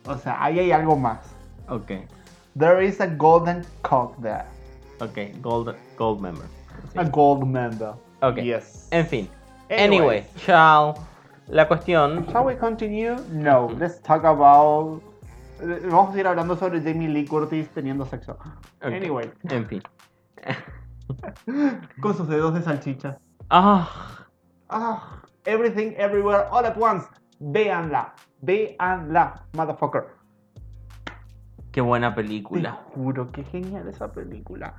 A: O sea, ahí hay algo más.
B: Ok,
A: There is a golden cock there.
B: ok, gold, gold member. Sí.
A: A gold member.
B: Ok.
A: Yes.
B: En fin. Anyway, chao. La cuestión.
A: Shall we continue? No. Let's talk about. eh, Vamos a ir hablando sobre Jamie Lee Curtis teniendo sexo.
B: Ok.
A: Anyway,
B: En fin.
A: con sus dedos de salchicha.
B: Ah,
A: Ah, everything, everywhere, all at once. Véanla. Véanla, motherfucker.
B: qué buena
A: Te
B: película.
A: juro, qué genial esa película.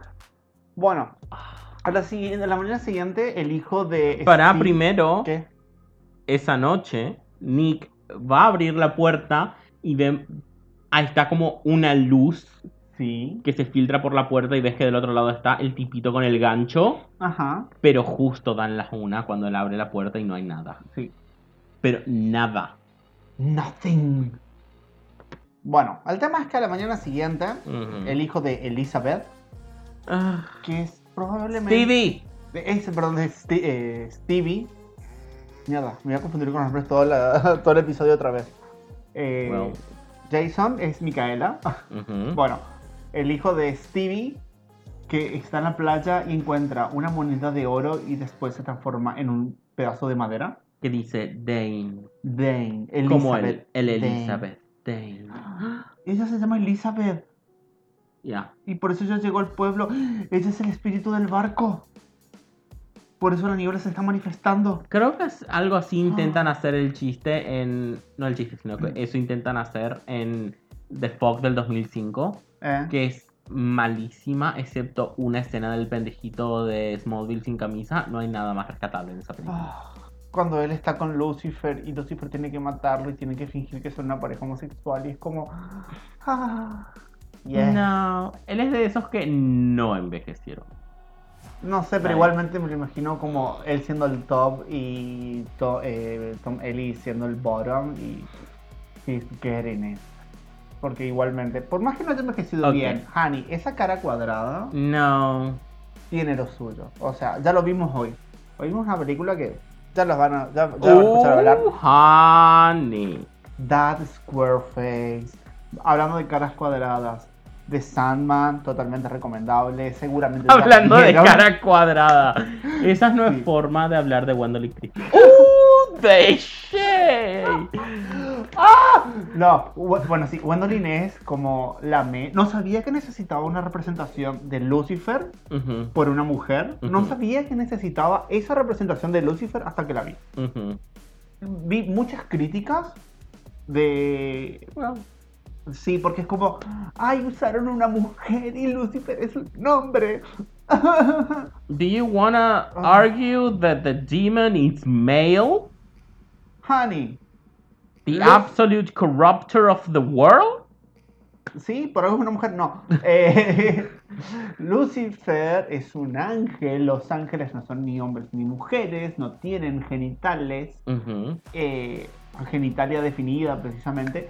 A: Bueno, a la, sigui- a la mañana siguiente, el hijo de.
B: Para
A: Steve-
B: primero,
A: ¿Qué?
B: esa noche, Nick va a abrir la puerta y ve. Ahí está como una luz
A: Sí.
B: que se filtra por la puerta y ves que del otro lado está el tipito con el gancho.
A: Ajá.
B: Pero justo dan las una cuando él abre la puerta y no hay nada.
A: Sí.
B: Pero nada.
A: Nothing. Bueno, el tema es que a la mañana siguiente,
B: Ujú.
A: el hijo de Elizabeth,
B: Ah,
A: que es probablemente.
B: Stevie.
A: de- Es, perdón, de Sti- eh, Stevie. Mierda, me voy a confundir con los nombres todo, la- <laughs> todo el episodio otra vez. Eh,
B: Well.
A: Jason es Micaela. <laughs>
B: Ujú.
A: Bueno, el hijo de Stevie, que está en la playa y encuentra una moneda de oro y después se transforma en un pedazo de madera.
B: Que dice Dane.
A: Dane, Elizabeth.
B: Como el, el
A: Dane.
B: Elizabeth. Dane.
A: Ella se llama Elizabeth.
B: Ya.
A: Y por eso ella llegó al pueblo. Ella es el espíritu del barco. Por eso la niebla se está manifestando.
B: Creo que es algo así intentan hacer el chiste en. No el chiste, sino que eso intentan hacer en The Fog del 2005.
A: ¿Eh?
B: Que es malísima, excepto una escena del pendejito de Smallville sin camisa. No hay nada más rescatable en esa película.
A: Ah, Cuando él está con Lucifer y Lucifer tiene que matarlo y tiene que fingir que son una pareja homosexual y es como... ah, yes. no.
B: No. Él es de esos que no envejecieron.
A: sé, pero
B: Vale.
A: igualmente me lo imagino como él siendo el top y to- eh, Tom Ellie siendo el bottom y... Sí, getting it. Porque igualmente, por más que no haya envejecido
B: Ok.
A: bien, Honey, esa cara cuadrada...
B: No.
A: tiene lo suyo. O sea, ya lo vimos hoy. Hoy vimos una película que ya los van a, ya, ya van a
B: Uh.
A: escuchar hablar.
B: honey.
A: That Squareface. Hablando de caras cuadradas. De Sandman, totalmente recomendable. Seguramente. ya la
B: Hablando de
A: vieron.
B: cara cuadrada. Esa no es
A: Sí.
B: forma de hablar de Wendell Christie. ¡Uh, <laughs> the shade!
A: No, bu- bueno, sí, Gwendolyn es como la me. No sabía que necesitaba una representación de Lucifer
B: Ujú,
A: por una mujer. No
B: Ujú.
A: sabía que necesitaba esa representación de Lucifer hasta que la vi.
B: ujú.
A: Vi muchas críticas de.
B: Bueno,
A: Sí, porque es como. Ay, usaron una mujer y Lucifer es un nombre.
B: Do you wanna
A: Ah.
B: argue that the demon is male?
A: <laughs> Honey.
B: The
A: Lo-
B: absolute corrupter of the world?
A: Sí, por algo es una mujer. No. <laughs> Eh, <laughs> Lucifer es un ángel. Los ángeles no son ni hombres ni mujeres. No tienen genitales.
B: Ujú.
A: eh, genitalia definida precisamente.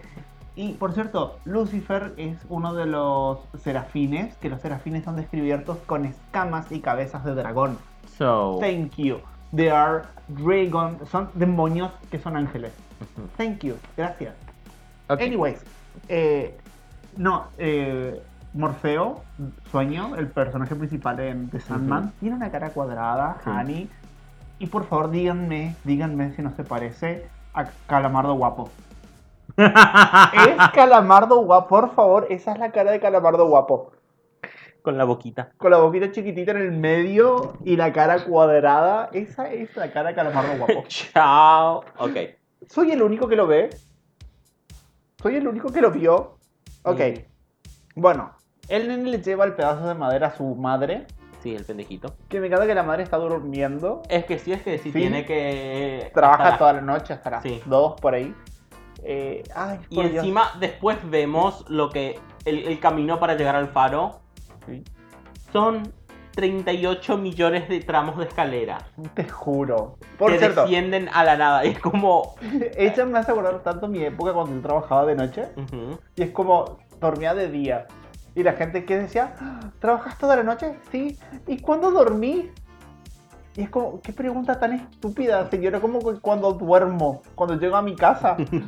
A: Y por cierto, Lucifer es uno de los serafines, que los serafines son descubiertos con escamas y cabezas de dragón.
B: So.
A: Thank you. They are dragon, son demonios que son ángeles.
B: Ujú.
A: Thank you, gracias.
B: Okay.
A: Anyways, eh, no, eh, Morfeo, Sueño, el personaje principal en The Sandman,
B: Ujú.
A: tiene una cara cuadrada,
B: Sí.
A: Honey. Y por favor, díganme, díganme si no se parece a Calamardo
B: <laughs>
A: Guapo. Es Calamardo Guapo, por favor, esa es la cara de Calamardo Guapo.
B: Con la boquita.
A: Con la boquita chiquitita en el medio y la cara cuadrada, esa es la cara de Calamardo
B: <laughs>
A: Guapo.
B: Chao. Ok.
A: ¿Soy el único que lo ve? ¿Soy el único que lo vio? Ok.
B: Sí.
A: Bueno, él nene le lleva el pedazo de madera a su madre.
B: Sí, el pendejito.
A: Que me encanta que la madre está durmiendo.
B: Es que sí, es que sí,
A: Sí.
B: tiene que.
A: Trabaja
B: hasta la-
A: toda la noche hasta las
B: Sí.
A: dos por ahí. Eh, ay,
B: Y
A: por Dios.
B: encima, después vemos lo que. El, el camino para llegar al faro.
A: Sí.
B: Son 38 millones de tramos de escalera.
A: Te juro. Por
B: que
A: cierto,
B: descienden a la nada. Y es como.
A: <laughs> ella me hace acordar tanto mi época cuando yo trabajaba de noche.
B: Ujú.
A: Y es como, dormía de día. Y la gente que decía, "Ah, ¿trabajas toda la noche? Sí. ¿Y cuándo dormí? Y es como, qué pregunta tan estúpida, señora, como que cuando duermo, cuando llego a mi
B: <laughs>
A: casa. ¿Qué?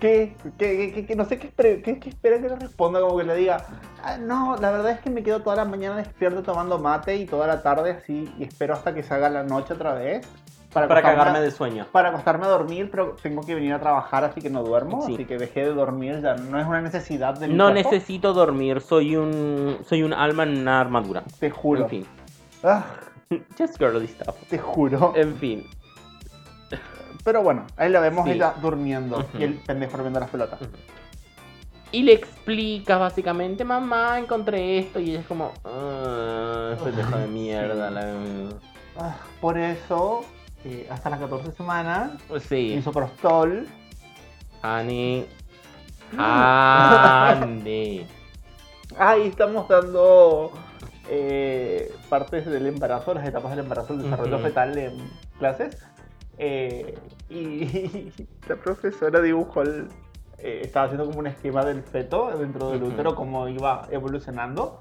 A: ¿Qué, qué, qué- qué? no sé qué, espera- qué- qué espera que le responda, como que le diga, "Ah, no, la verdad es que me quedo toda la mañana despierto tomando mate y toda la tarde así, y espero hasta que se haga la noche otra vez.
B: Para
A: acostarme a-
B: cagarme de sueño.
A: para acostarme a dormir, pero tengo que venir a trabajar, así que no duermo,
B: Sí.
A: así que dejé de dormir, ya no es una necesidad de mi
B: No
A: cuerpo,
B: necesito dormir, soy un soy un alma en una armadura.
A: Te juro.
B: En fin.
A: Ah,
B: Just girly stuff.
A: te juro.
B: En fin.
A: Pero bueno, ahí la vemos
B: Sí.
A: ella durmiendo
B: Ujú.
A: y el pendejo viendo las pelotas.
B: Y le explica básicamente, mamá, encontré esto. Y ella es como, "Ah, pendejo de mierda. la-
A: Ah, por eso, eh, hasta las 14 semanas,
B: Sí.
A: misoprostol,
B: Honey.
A: Ah. <laughs>
B: Honey.
A: ahí está mostrando eh, partes del embarazo, las etapas del embarazo, el desarrollo
B: Ujú.
A: fetal en clases. Eh, y <laughs> la profesora dibujó el- eh, estaba haciendo como un esquema del feto dentro del
B: Ujú.
A: útero, cómo iba evolucionando.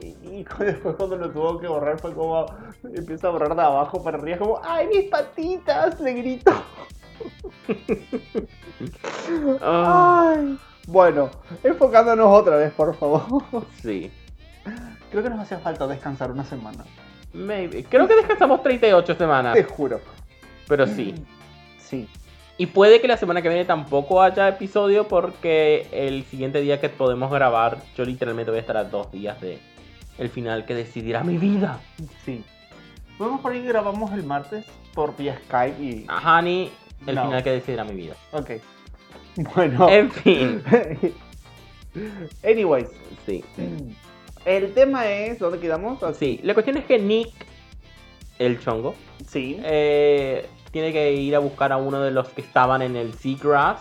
A: Y, <laughs> y después cuando lo tuvo que borrar fue como empieza a borrar de abajo para arriba, como ¡ay, mis patitas! le grito.
B: Ah,
A: Ay. Bueno, enfocándonos otra vez, por favor. <laughs>
B: sí.
A: Creo que nos hacía falta descansar una semana.
B: Maybe. Creo que descansamos 38 semanas.
A: Te juro.
B: Pero sí.
A: Sí.
B: Y puede que la semana que viene tampoco haya episodio porque el siguiente día que podemos grabar, yo literalmente voy a estar a dos días de el final que decidirá mi vida.
A: Sí. Pues Podemos por ahí grabamos el martes por vía Skype y.
B: A Honey, el
A: No.
B: final que decidirá mi vida.
A: Ok. Bueno. <clears throat>
B: En fin.
A: <laughs> Anyways.
B: Sí.
A: El tema es. ¿Dónde quedamos? Así.
B: Sí, la cuestión es que Nick, el chongo,
A: Sí.
B: eh, tiene que ir a buscar a uno de los que estaban en el Seagrass.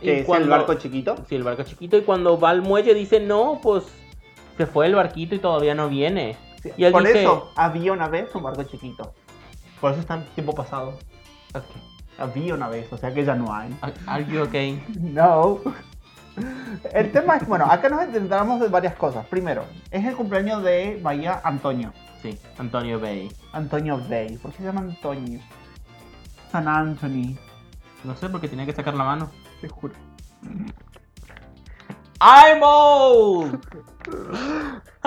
B: Y
A: Que es el
B: cuando-
A: barco chiquito.
B: Sí, el barco chiquito. Y cuando va al muelle dice, no, pues se fue el barquito y todavía no viene. Y él
A: por
B: dice-
A: eso había una vez un barco chiquito. Por eso está en tiempo pasado. Había una vez, o sea que ya no hay. <laughs>
B: Are- Are you okay?
A: No. El tema es, bueno, acá nos enteramos de varias cosas. Primero, es el cumpleaños de Bahía Antonio.
B: Sí, Antonio Bay.
A: Antonio Day. ¿Por qué se llama Antonio? San Anthony.
B: No sé por qué tenía que sacar la mano.
A: Te juro.
B: I'm old.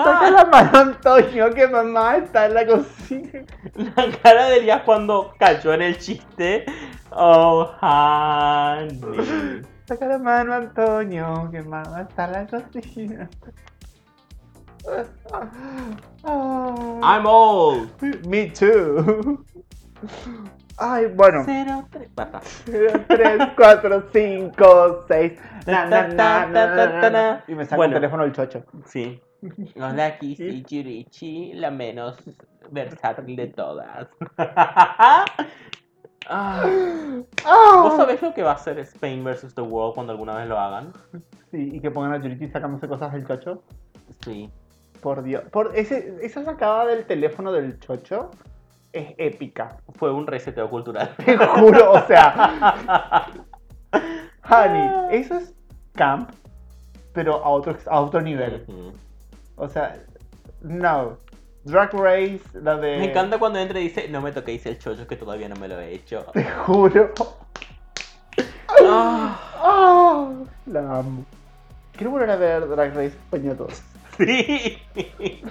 B: Ah.
A: Saca la mano, Antonio, que mamá está en la cocina.
B: La cara de Elías cuando cayó en el chiste. Oh, honey.
A: Saca la mano, Antonio, que mamá está en la cocina. Ah,
B: I'm old.
A: me too. Ay, bueno.
B: Cero, tres, pata.
A: 3, 4, 5, 6.
B: Na, na, na, na, na, na, na.
A: Y me saca
B: Bueno.
A: el teléfono el chocho.
B: Sí. Hola, Kissy Chirichi, la menos versátil de todas. Ah, ¿Vos
A: Ah.
B: sabés lo que va a ser Spain vs. The World cuando alguna vez lo hagan?
A: Sí, y que pongan a Yurichi sacándose cosas del chocho.
B: Sí.
A: Por Dios. Por ese, esa sacada del teléfono del chocho es épica.
B: Fue un reseteo cultural.
A: <laughs> Te juro, o sea.
B: Ah.
A: Honey, eso es camp, pero a otro, a otro nivel.
B: Ujú.
A: O sea, no. Drag Race, la de.
B: Me encanta cuando entra y dice, no me toquéis el chocho que todavía no me lo he hecho.
A: Te juro.
B: Ah,
A: Ah, la amo. Quiero volver a ver Drag Race España 2.
B: <laughs> sí.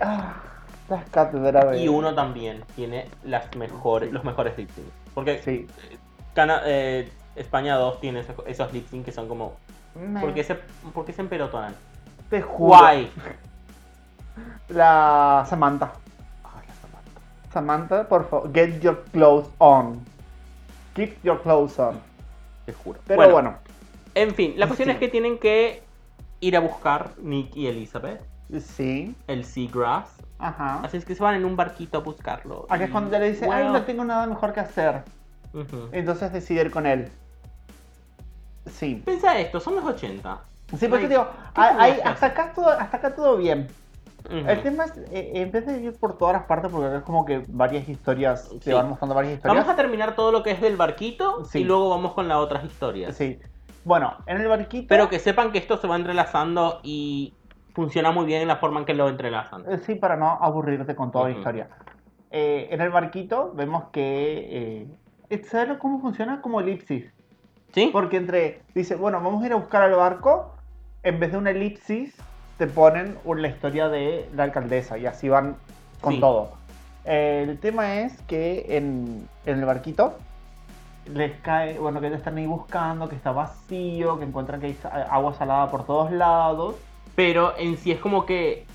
A: Ah, las cátedras de.
B: Y uno también tiene las mejores, los mejores lip syncs. Porque
A: Sí.
B: Cana- eh, España 2 tiene esos, esos lip sync que son como, ¿por qué se, por qué se emperotonan?
A: Te juro.
B: Guay.
A: La Samantha.
B: Ay, Ah, la Samantha.
A: Samantha, por favor, get your clothes on. Keep your clothes on.
B: Te juro.
A: Pero bueno,
B: En fin, la cuestión
A: Sí.
B: es que tienen que ir a buscar Nick y Elizabeth,
A: sí.
B: el Seagrass.
A: Ajá.
B: Así es que se van en un barquito a buscarlo.
A: Acá es cuando ya le dice, ay,
B: Wow.
A: no tengo nada mejor que hacer.
B: Ujú.
A: Entonces decide ir con él. Sí.
B: Piensa esto, son los 80.
A: Sí, por eso
B: Ay,
A: te digo,
B: ¿qué
A: hay- hay-
B: tenías que
A: hasta, acá todo, hasta acá todo bien.
B: Ujú.
A: El tema es, eh, en vez de ir por todas las partes, porque acá es como que varias historias,
B: Sí.
A: te van mostrando varias historias.
B: Vamos a terminar todo lo que es del barquito
A: Sí.
B: y luego vamos con las otras historias.
A: Sí. Bueno, en el barquito...
B: Pero que sepan que esto se va entrelazando y funciona muy bien en la forma en que lo entrelazan.
A: Eh, Sí, para no aburrirte con toda la
B: Ujú.
A: historia. Eh, en el barquito vemos que... Eh, ¿Sabes cómo funciona? Como elipsis.
B: ¿Sí?
A: Porque entre... Dice, bueno, vamos a ir a buscar al barco. En vez de una elipsis, te ponen un- la historia de la alcaldesa. Y así van con
B: Sí.
A: todo. Eh, el tema es que en, en el barquito les cae... Bueno, que ellos están ahí buscando, que está vacío, que encuentran que hay sa- eh, agua salada por todos lados.
B: Pero en sí es como que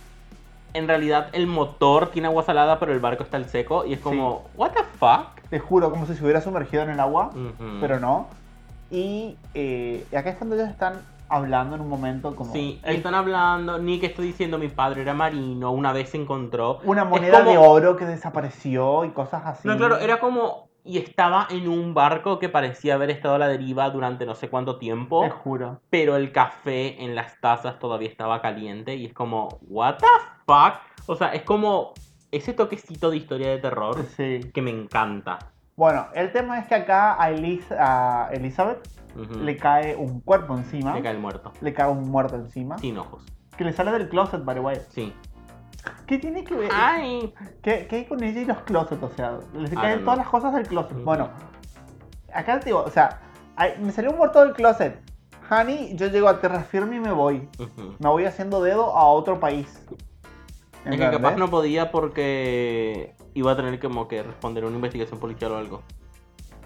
B: en realidad el motor tiene agua salada pero el barco está al seco y es como, ¿What the fuck?
A: Te juro, como si se hubiera sumergido en el agua.
B: Ujú.
A: pero no. Y eh, acá es cuando ellos están hablando en un momento como
B: Sí,
A: el-
B: están hablando, Nick está diciendo mi padre era marino, una vez se encontró.
A: una moneda
B: como-
A: de oro que desapareció y cosas así.
B: No, claro, era como... Y estaba en un barco que parecía haber estado a la deriva durante no sé cuánto tiempo.
A: Te juro.
B: pero el café en las tazas todavía estaba caliente y es como, what the fuck? O sea, es como ese toquecito de historia de terror
A: Sí.
B: que me encanta.
A: Bueno, el tema es que acá a, Elis- a Elizabeth
B: Ujú.
A: le cae un cuerpo encima.
B: Le cae el muerto.
A: Le cae un muerto encima.
B: Sin ojos.
A: Que le sale del closet, by the way.
B: Sí.
A: ¿Qué tiene que ver?
B: Ay.
A: ¿Qué, qué hay con ella y los closets? O sea, les
B: I
A: caen
B: don't
A: todas
B: know.
A: las cosas del closet.
B: Ah, Ujú.
A: Bueno, acá te digo, o sea, ay, me salió un muerto del closet. Honey, yo llego a tierra firme y me voy.
B: Ujú.
A: me voy haciendo dedo a otro país.
B: Es que capaz no podía porque iba a tener como que responder a una investigación policial o algo.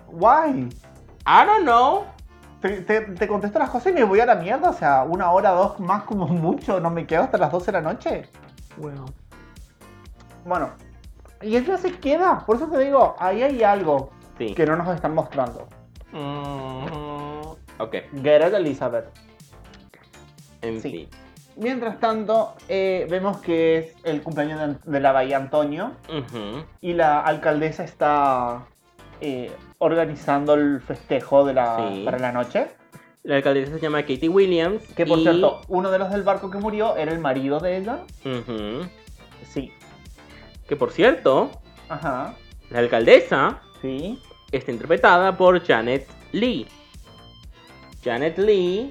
A: Guay.
B: I don't know.
A: Te, te- te contesto las cosas y me voy a la mierda. O sea, una hora, dos más como mucho. No me quedo hasta las 12 de la noche.
B: Bueno.
A: Bueno. Y eso se queda. Por eso te digo, ahí hay algo
B: Sí.
A: que no nos están mostrando.
B: Ujú. Mm-hmm. Ok.
A: Get it, Elizabeth.
B: En
A: Sí.
B: fin.
A: Mientras tanto, eh, vemos que es el cumpleaños de, An- de la Bahía Antonio.
B: Ujú.
A: Y la alcaldesa está eh, organizando el festejo de la,
B: Sí.
A: para la noche.
B: La alcaldesa se llama Katie Williams.
A: Que por
B: y-
A: cierto, uno de los del barco que murió era el marido de ella.
B: Ujú.
A: Sí.
B: Que por cierto,
A: Ajá.
B: La alcaldesa
A: Sí.
B: está interpretada por Janet Lee. Janet Lee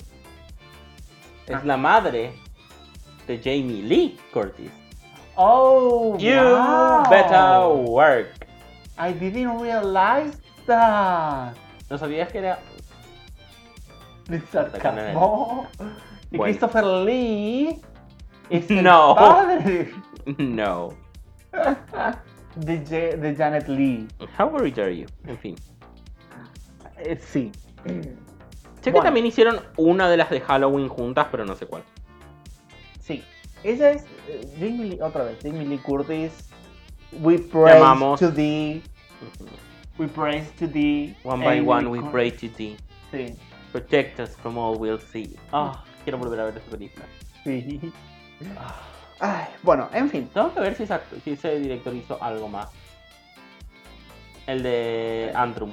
B: Es la madre de Jamie Lee Curtis.
A: Oh,
B: You
A: wow.
B: better work.
A: I didn't realize that.
B: ¿No sabías que era
A: De
B: Sacan el-
A: sarcasmo. Y
B: Bueno.
A: Christopher Lee es el
B: No.
A: padre <laughs>
B: No.
A: de, Ja- de Janet Lee.
B: How worried are you? En fin.
A: Eh, sí.
B: Sé
A: Bueno.
B: que también hicieron una de las de Halloween juntas, pero no sé cuál.
A: Sí. Ella es eh, Jamie Lee, otra vez, Jamie Lee Curtis. We praise
B: amamos.
A: to thee. We praise to thee.
B: One by
A: Jamie
B: one
A: Lee
B: we
A: Curtis.
B: pray to thee.
A: Sí.
B: Protect us from all we'll see. Ah,
A: Mm.
B: quiero volver a ver esa película.
A: Sí. Ay, bueno, en fin.
B: Tengo que ver si, esa- si ese director hizo algo más. El de
A: <laughs>
B: Antrum.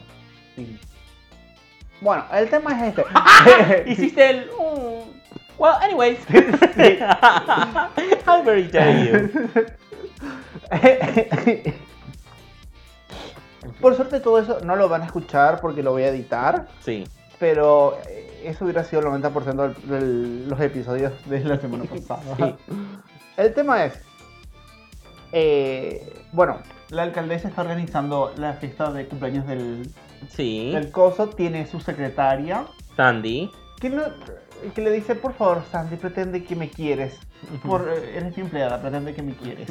A: Bueno, el tema es
B: <laughs>
A: este.
B: Ah,
A: <laughs>
B: Hiciste el. mm, Well, anyways. <laughs> How very dare you.
A: Por suerte todo eso no lo van a escuchar porque lo voy a editar,
B: Sí.
A: pero eh, eso hubiera sido el 90% de los episodios de la
B: <laughs>
A: semana pasada. El tema es, eh, bueno, la alcaldesa está organizando la fiesta de cumpleaños del,
B: Sí.
A: del coso, tiene su secretaria, <laughs>
B: Sandy.
A: que, no- que le dice, por favor, Sandy, pretende que me quieres. Por, eh, eres mi empleada, pretende que me quieres.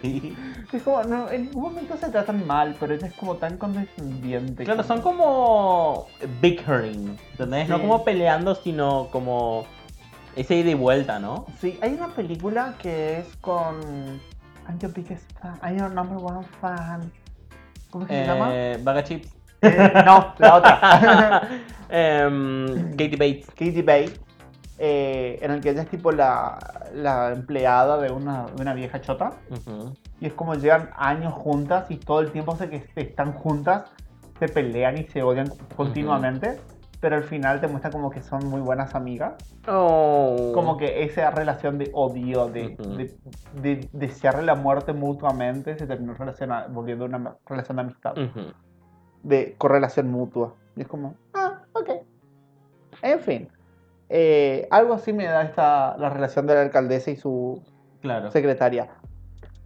B: sí.
A: Es como, no, en ningún momento se tratan mal, pero ella es como tan condescendiente.
B: Claro, son como bickering, ¿entendés? No
A: Sí.
B: como peleando, sino como ese ida y vuelta, ¿no?
A: Sí, hay una película que es con... I'm your biggest fan, I'm your number one fan. ¿Cómo se llama?
B: Eh, Baga Chips.
A: Eh, no, la
B: <laughs>
A: otra.
B: Em, Katie Bates.
A: Katie Bay, eh, en el que ella es tipo la, la empleada de una, de una vieja chota.
B: Ujú.
A: Y es como llevan años juntas y todo el tiempo se que se están juntas, se pelean y se odian continuamente. Pero al final te muestra como que son muy buenas amigas.
B: Oh.
A: Como que esa relación de odio, de,
B: Ujú.
A: de, de desearle la muerte mutuamente, se terminó relaciona- volviendo una ma- relación de amistad,
B: Ujú.
A: de correlación mutua. Y es como, ah, ok. En fin. Eh, algo así me da esta, la relación de la alcaldesa y su
B: Claro.
A: secretaria.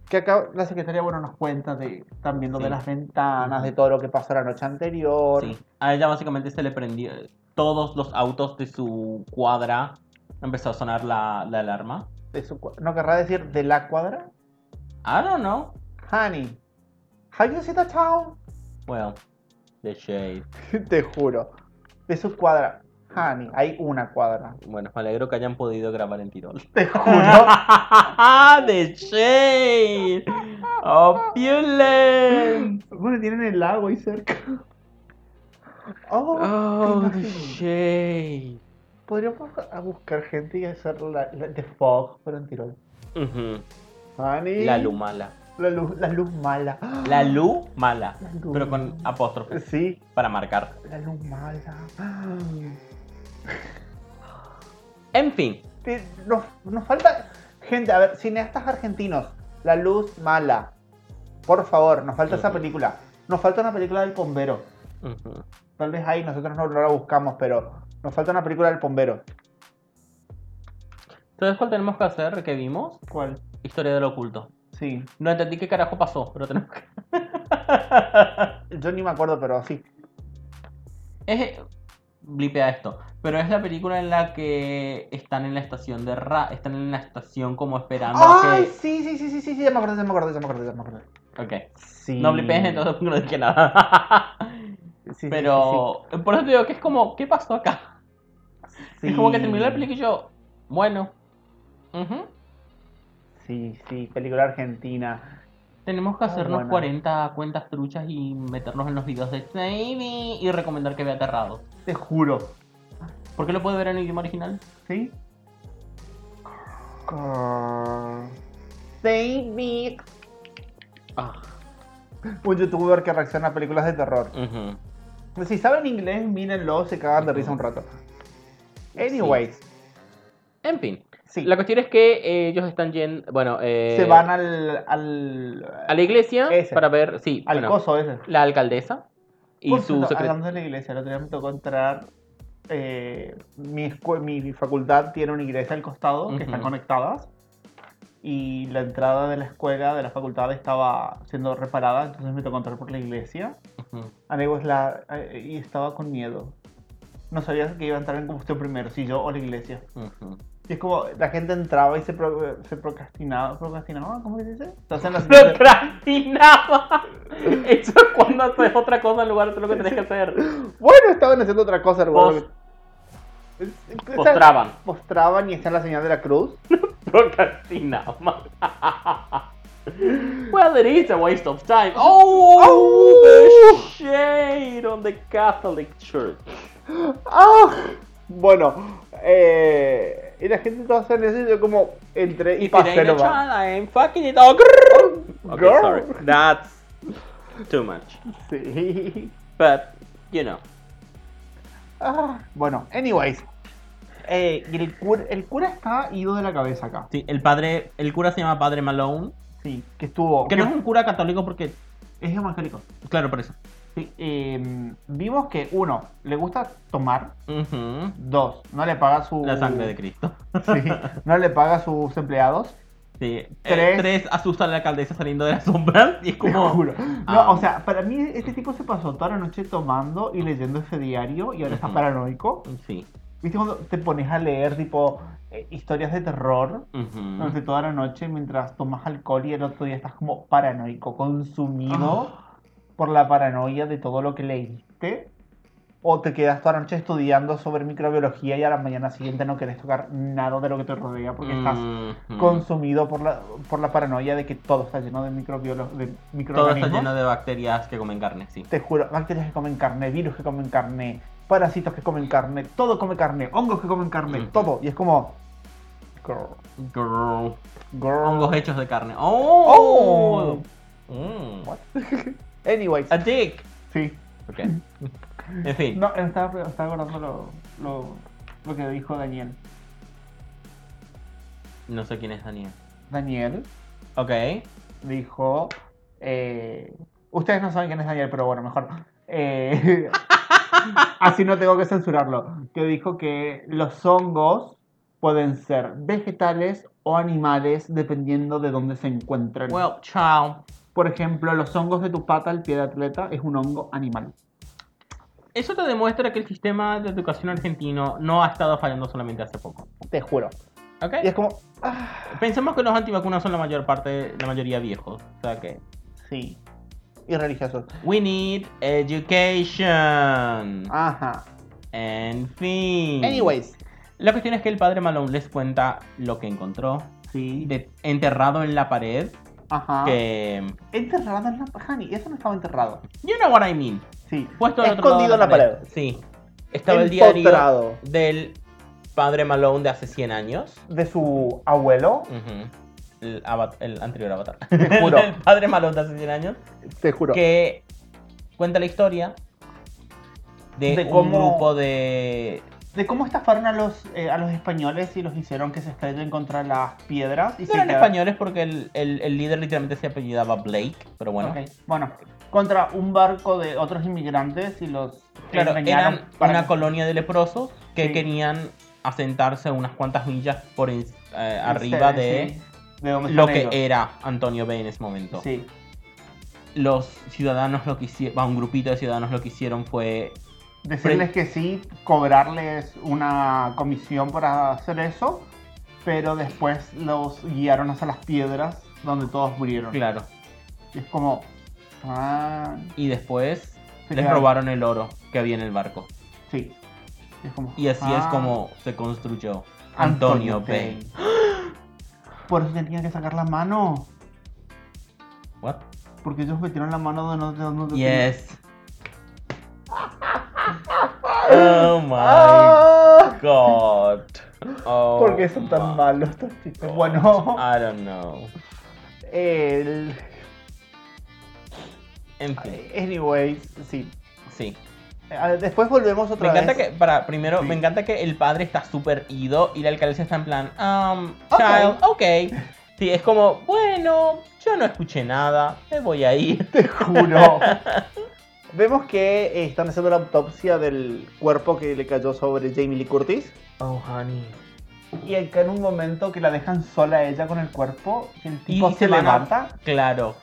A: Que acá la secretaria, bueno, nos cuenta de, están viendo de
B: Sí.
A: las ventanas,
B: Ujú.
A: de todo lo que pasó la noche anterior.
B: Sí. A ella básicamente se le prendió todos los autos de su cuadra. Empezó a sonar la, la alarma.
A: de su cua- ¿No querrá decir de la cuadra?
B: I don't know.
A: Honey, have you seen the town?
B: Well, the shade.
A: <laughs> Te juro. De su cuadra. Honey, hay una cuadra.
B: Bueno, me alegro que hayan podido grabar en Tirol.
A: Te <laughs> juro.
B: <laughs> the shade. Opulent.
A: bueno, tienen el lago ahí cerca. Oh,
B: Oh,
A: ¿te
B: the
A: imaginas?
B: shade.
A: Podríamos a buscar gente y hacer la, la- The Fog, pero en Tirol.
B: Ujú.
A: Honey.
B: La luz mala.
A: La luz, la luz mala.
B: La luz mala.
A: La luz.
B: Pero con apóstrofe.
A: Sí,
B: Para marcar.
A: la luz mala.
B: En fin.
A: Te- Nos, nos falta. Gente, a ver, cineastas argentinos. La luz mala. Por favor, nos falta esa
B: Ujú.
A: película. Nos falta una película del bombero.
B: Ujú.
A: Tal vez ahí nosotros no, no la buscamos, pero nos falta una película del bombero.
B: Entonces, ¿cuál tenemos que hacer? ¿Qué vimos?
A: ¿Cuál?
B: Historia del oculto.
A: Sí.
B: No entendí qué carajo pasó, pero tenemos que...
A: Yo ni me acuerdo, pero sí.
B: Es... Blipea esto. Pero es la película en la que están en la estación de Ra... Están en la estación como esperando a
A: ¡Ay!
B: que...
A: Sí, sí, sí, sí, sí, sí, ya me acordé, ya me acordé, ya me acordé, ya me acordé.
B: Ok.
A: Sí.
B: No blipees, entonces <laughs> no dije nada.
A: Sí, sí,
B: pero... Por eso te digo que es como... ¿Qué pasó acá?
A: sí, sí.
B: Es como que terminó la película y yo... Bueno. ujú,
A: Sí, sí, película argentina.
B: Tenemos que
A: Ah,
B: hacernos
A: bueno.
B: 40 cuentas truchas y meternos en los videos de Saving y recomendar que vea aterrado.
A: Te juro.
B: ¿Por qué lo puede ver en idioma original?
A: ¿Sí? Grrr. Save me.
B: Ah.
A: Un youtuber que reacciona a películas de terror. Si saben inglés, mírenlo, se cagan de risa un rato. Anyways,
B: En fin.
A: sí.
B: La cuestión es que eh, ellos están yendo. Bueno, eh,
A: se van al. al.
B: a la iglesia
A: Ese.
B: para ver. Sí,
A: al
B: bueno,
A: coso ese.
B: la alcaldesa y
A: Por
B: su
A: cierto,
B: secretaria.
A: hablando de la iglesia, el otro día me tocó entrar eh, mi, escu- mi facultad tiene una iglesia al costado que están
B: Ujú.
A: conectadas y la entrada de la escuela de la facultad estaba siendo reparada, entonces me tocó entrar por la iglesia.
B: Ujú.
A: Amigos, la, eh, y estaba con miedo. No sabía que iba a entrar en combustión primero, si yo o la iglesia. <laughs>
B: Ujú.
A: Y es como, la gente entraba y se, pro- se procrastinaba, procrastinaba, ¿cómo se dice? Te <laughs> hacen la siguiente-
B: Procrastinaba. Eso es cuando haces otra cosa en lugar de lo que tenés que hacer.
A: Bueno, estaban haciendo otra cosa, hermano.
B: Pos-
A: Esa-
B: postraban.
A: Postraban y hacían la señal de la <laughs> cruz.
B: <laughs> Procrastinaba. Well, it is a waste of time. Oh, the shade on the Catholic Church.
A: ¡Ah! Bueno, eh, y la gente estaba haciendo eso y yo como entré y
B: If it
A: pasé
B: ain't a
A: nomás.
B: child, I ain't fucking it. Oh, grrr. Okay,
A: Girl.
B: sorry. That's too much.
A: <laughs> Sí.
B: But, you know.
A: Ah, bueno, anyways. Eh, y el, cur- el cura está ido de la cabeza acá.
B: Sí, el padre, el cura se llama Padre Malone.
A: Sí, que estuvo.
B: Que no es un cura católico porque,
A: es evangélico.
B: claro, por eso.
A: Sí, eh, vimos que uno, le gusta tomar. Dos, no le paga su.
B: La sangre de Cristo.
A: <laughs> Sí, no le paga a sus empleados.
B: Sí. Eh,
A: Tres.
B: Tres. asusta a la alcaldesa saliendo de las sombras y es
A: Te
B: como.
A: juro.
B: Ah.
A: No, o sea, para mí este tipo se pasó toda la noche tomando y leyendo ese diario y ahora está
B: Ujú.
A: paranoico.
B: Sí.
A: ¿Viste cuando te pones a leer tipo eh, historias de terror
B: Ujú.
A: durante toda la noche mientras tomas alcohol y el otro día estás como paranoico, consumido
B: Ah.
A: por la paranoia de todo lo que leíste? O te quedas toda la noche estudiando sobre microbiología y a la mañana siguiente no querés tocar nada de lo que te rodea porque estás
B: Mm. Ujú.
A: consumido por la, por la paranoia de que todo está lleno de, microbiolo- de
B: Todo está
A: microorganismos.
B: lleno de bacterias que comen carne, sí.
A: Te juro, bacterias que comen carne, virus que comen carne, parásitos que comen carne, todo come carne, hongos que comen carne,
B: Ujú.
A: todo. Y es como... Girl,
B: Grrr.
A: girl.
B: Hongos hechos de carne. ¡Oh!
A: Oh.
B: Mm.
A: What? Anyways.
B: A dick.
A: Sí. <laughs>
B: Ok. En fin.
A: No, estaba, estaba acordando lo, lo, lo que dijo Daniel.
B: No sé quién es Daniel.
A: Daniel
B: Ok.
A: dijo... eh, ustedes no saben quién es Daniel, pero bueno, mejor. Eh, <laughs> así no tengo que censurarlo. Que dijo que los hongos pueden ser vegetales o animales dependiendo de dónde se encuentren.
B: Well, chao.
A: Por ejemplo, los hongos de tu pata al pie de atleta es un hongo animal.
B: Eso te demuestra que el sistema de educación argentino no ha estado fallando solamente hace poco.
A: Te juro.
B: ¿Ok?
A: Y es como, ah,
B: Pensemos que los antivacunas son la mayor parte, la mayoría viejos. O sea que.
A: sí. Y religiosos.
B: We need education.
A: Ajá.
B: En fin.
A: Anyways.
B: La cuestión es que el padre Malone les cuenta lo que encontró.
A: Sí.
B: de- enterrado en la pared.
A: Ajá.
B: Que.
A: Enterrado en la Honey, eso no estaba enterrado.
B: You know what I mean.
A: Sí.
B: Puesto al otro lado de
A: Escondido en la pared.
B: Sí. Estaba el diario
A: Empotrado
B: del padre Malone de hace 100 años.
A: De su abuelo.
B: Ujú. el, avat- el
A: <laughs>
B: anterior avatar.
A: Te juro.
B: el padre Malone de hace 100 años.
A: Te juro.
B: que cuenta la historia de,
A: De
B: un
A: cómo-
B: grupo de
A: De cómo estafaron a los, eh, a los españoles y los hicieron que se estrellen contra las piedras. Y
B: no
A: se
B: eran
A: quedaron-
B: españoles porque el, el- el líder literalmente se apellidaba Blake pero bueno
A: Ok, bueno, contra un barco de otros inmigrantes y los
B: claro
A: engañaron
B: eran
A: para
B: una
A: que-
B: colonia de leprosos que
A: Sí.
B: querían asentarse unas cuantas millas por en- eh, arriba
A: Sí,
B: de
A: de donde
B: lo
A: están
B: que
A: Pues ellos.
B: era Antonio Bay en ese momento
A: Sí,
B: los ciudadanos lo que hicieron un grupito de ciudadanos lo que hicieron fue
A: decirles que sí, cobrarles una comisión para hacer eso, pero después los guiaron hacia las piedras donde todos murieron.
B: claro
A: Y es como... Ah,
B: y después
A: Sí,
B: les
A: claro.
B: robaron el oro que había en el barco
A: sí. Y es como,
B: Y así es
A: ah,
B: como se construyó Antonio Payne.
A: Por eso tenían que sacar la mano.
B: What?
A: Porque ellos metieron la mano de no, de donde tenían. <laughs>
B: Yes. Oh my
A: Ah,
B: god. Oh Ah.
A: ¿Por qué son
B: my
A: tan malos estos chistes? Bueno,
B: I don't know.
A: el...
B: En fin,
A: Anyways, sí.
B: sí.
A: A ver, Después volvemos
B: Me
A: otra
B: encanta
A: vez.
B: que, para, primero,
A: Sí.
B: me encanta que el padre está súper ido y la alcaldesa está en plan, um,
A: Ok.
B: child, ok. Sí, es como, bueno, yo no escuché nada, me voy a ir.
A: Te juro.
C: <laughs> Vemos que eh, están haciendo la autopsia del cuerpo que le cayó sobre Jamie Lee Curtis.
B: Oh, honey.
A: Y acá en un momento que la dejan sola a ella con el cuerpo, que el tipo
B: se
A: se
B: levanta.
A: levanta.
B: Claro.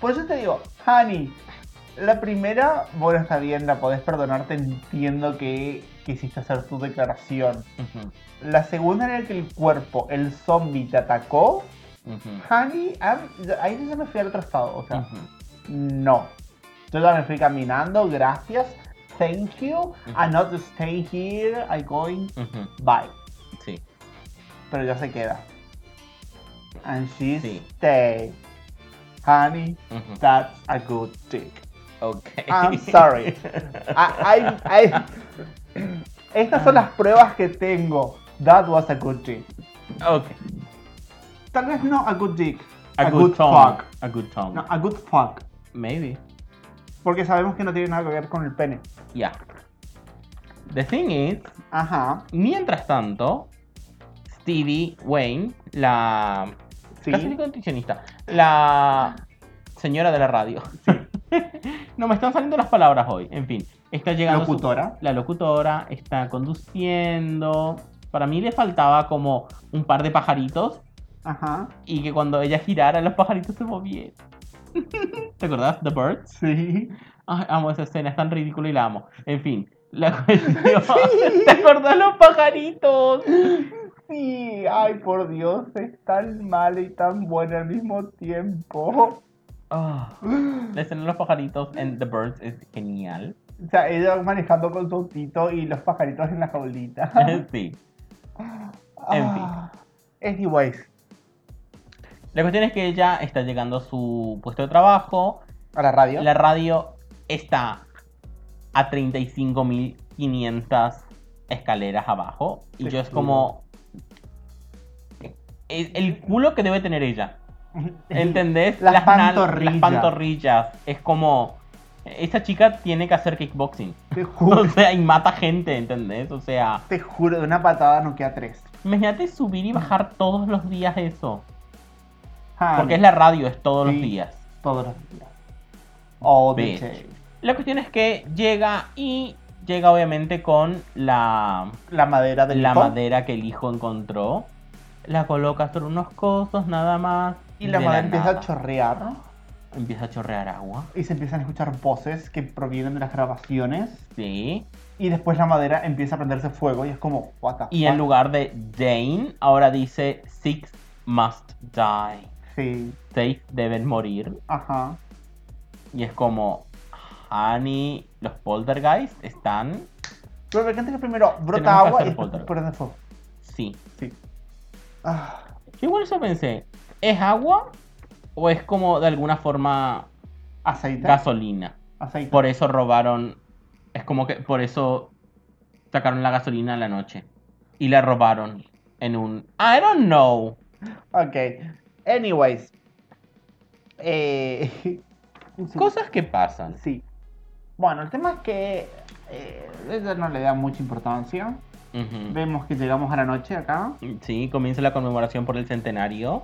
A: Por eso te digo, Honey, la primera, bueno, está bien, la podés perdonar, te entiendo que quisiste hacer tu declaración.
B: Ujú,
A: La segunda era que el cuerpo, el zombie te atacó.
B: ujú,
A: Honey, am- ya- ahí yo ya me fui al otro estado, o sea,
B: ujú.
A: no. Yo ya me fui caminando, gracias, thank you, I'm not stay here, I'm going,
B: Ujú,
A: bye.
B: Sí,
A: Pero ya se queda. And she
B: Sí.
A: stay. Honey,
B: ujú.
A: that's a good dick.
B: Ok. <laughs>
A: I'm sorry. I- I- I- Estas son las pruebas que tengo. That was a good dick.
B: Ok.
A: Tal vez no a good dick.
B: A, good, tongue.
A: fuck.
B: A good tongue.
A: No, a good fuck.
B: Maybe.
A: Porque sabemos que no tiene nada que ver con el pene.
B: Yeah. The thing is,
A: Ajá.
B: mientras tanto, Stevie Wayne, la.
A: Sí.
B: Casi digo nutricionista. La señora de la radio. <laughs> no me están saliendo las palabras hoy. En fin. Está llegando. su-
A: Locutora.
B: la locutora está conduciendo. Para mí le faltaba como un par de pajaritos
A: Ajá.
B: y que cuando ella girara los pajaritos se movían. <laughs> ¿Te acordás? The Birds.
A: Sí.
B: Ay, amo esa escena, es tan ridícula y la amo. En fin, la <laughs> cuestión. ¿Te acordás los
A: <gasps>
B: pajaritos?
A: Sí. Ay, por Dios. Es tan mala y tan buena al mismo tiempo.
B: Ah, la escena de los pajaritos en The Birds es genial.
A: O sea, ella manejando con su autito y los pajaritos en la jaulita.
B: sí. <laughs> En fin.
A: Ah. Anyways.
B: La cuestión es que ella está llegando a su puesto de trabajo.
A: A la radio. <laughs>
B: La radio está a 35.500 escaleras abajo. Y
A: Te
B: yo es
A: juro.
B: como... El, el culo que debe
A: <laughs>
B: tener ella. ¿Entendés?
A: Las
B: nal-
A: pantorrillas.
B: Las pantorrillas. Es como... Esa chica tiene que hacer kickboxing. <laughs>
A: Te juro,
B: O sea, y mata gente, ¿entendés? O sea,
A: te juro, de una patada no queda tres.
B: imagínate subir y bajar todos los días eso.
A: Ah,
B: Porque es la radio, es todos
A: Sí.
B: los días.
A: todos los días. Oh,
B: Bitch.
A: bitch.
B: La cuestión es que llega y llega obviamente con la,
A: La madera del
B: la
A: hijo.
B: madera que el hijo encontró. La coloca sobre unos cosos, nada más.
A: Y la
B: de
A: madera empieza
B: nada.
A: a chorrear.
B: Empieza a chorrear agua.
A: Y se empiezan a escuchar voces que provienen de las grabaciones.
B: Sí.
A: Y después la madera empieza a prenderse fuego y es como, what the
B: Y en
A: fuck?
B: lugar de Jane, ahora dice Six must die.
A: Sí,
B: Seis deben morir.
A: ajá.
B: Y es como, Honey, los poltergeist están.
A: Pero me encanta que primero brota
B: Tenemos que
A: agua y
B: hacer
A: después
B: poltergeist.
A: prende fuego.
B: Sí.
A: Ah,
B: Yo igual yo pensé, ¿es agua o es como de alguna forma
A: aceite.
B: gasolina?
A: aceite.
B: Por eso robaron, es como que por eso sacaron la gasolina a la noche y la robaron en un I don't know.
A: Ok. Anyways. Eh... <laughs> sí.
B: Cosas que pasan.
A: Sí. Bueno, el tema es que eh, ella no le da mucha importancia.
B: Ujú.
A: Vemos que llegamos a la noche acá
B: Sí, comienza la conmemoración por el centenario.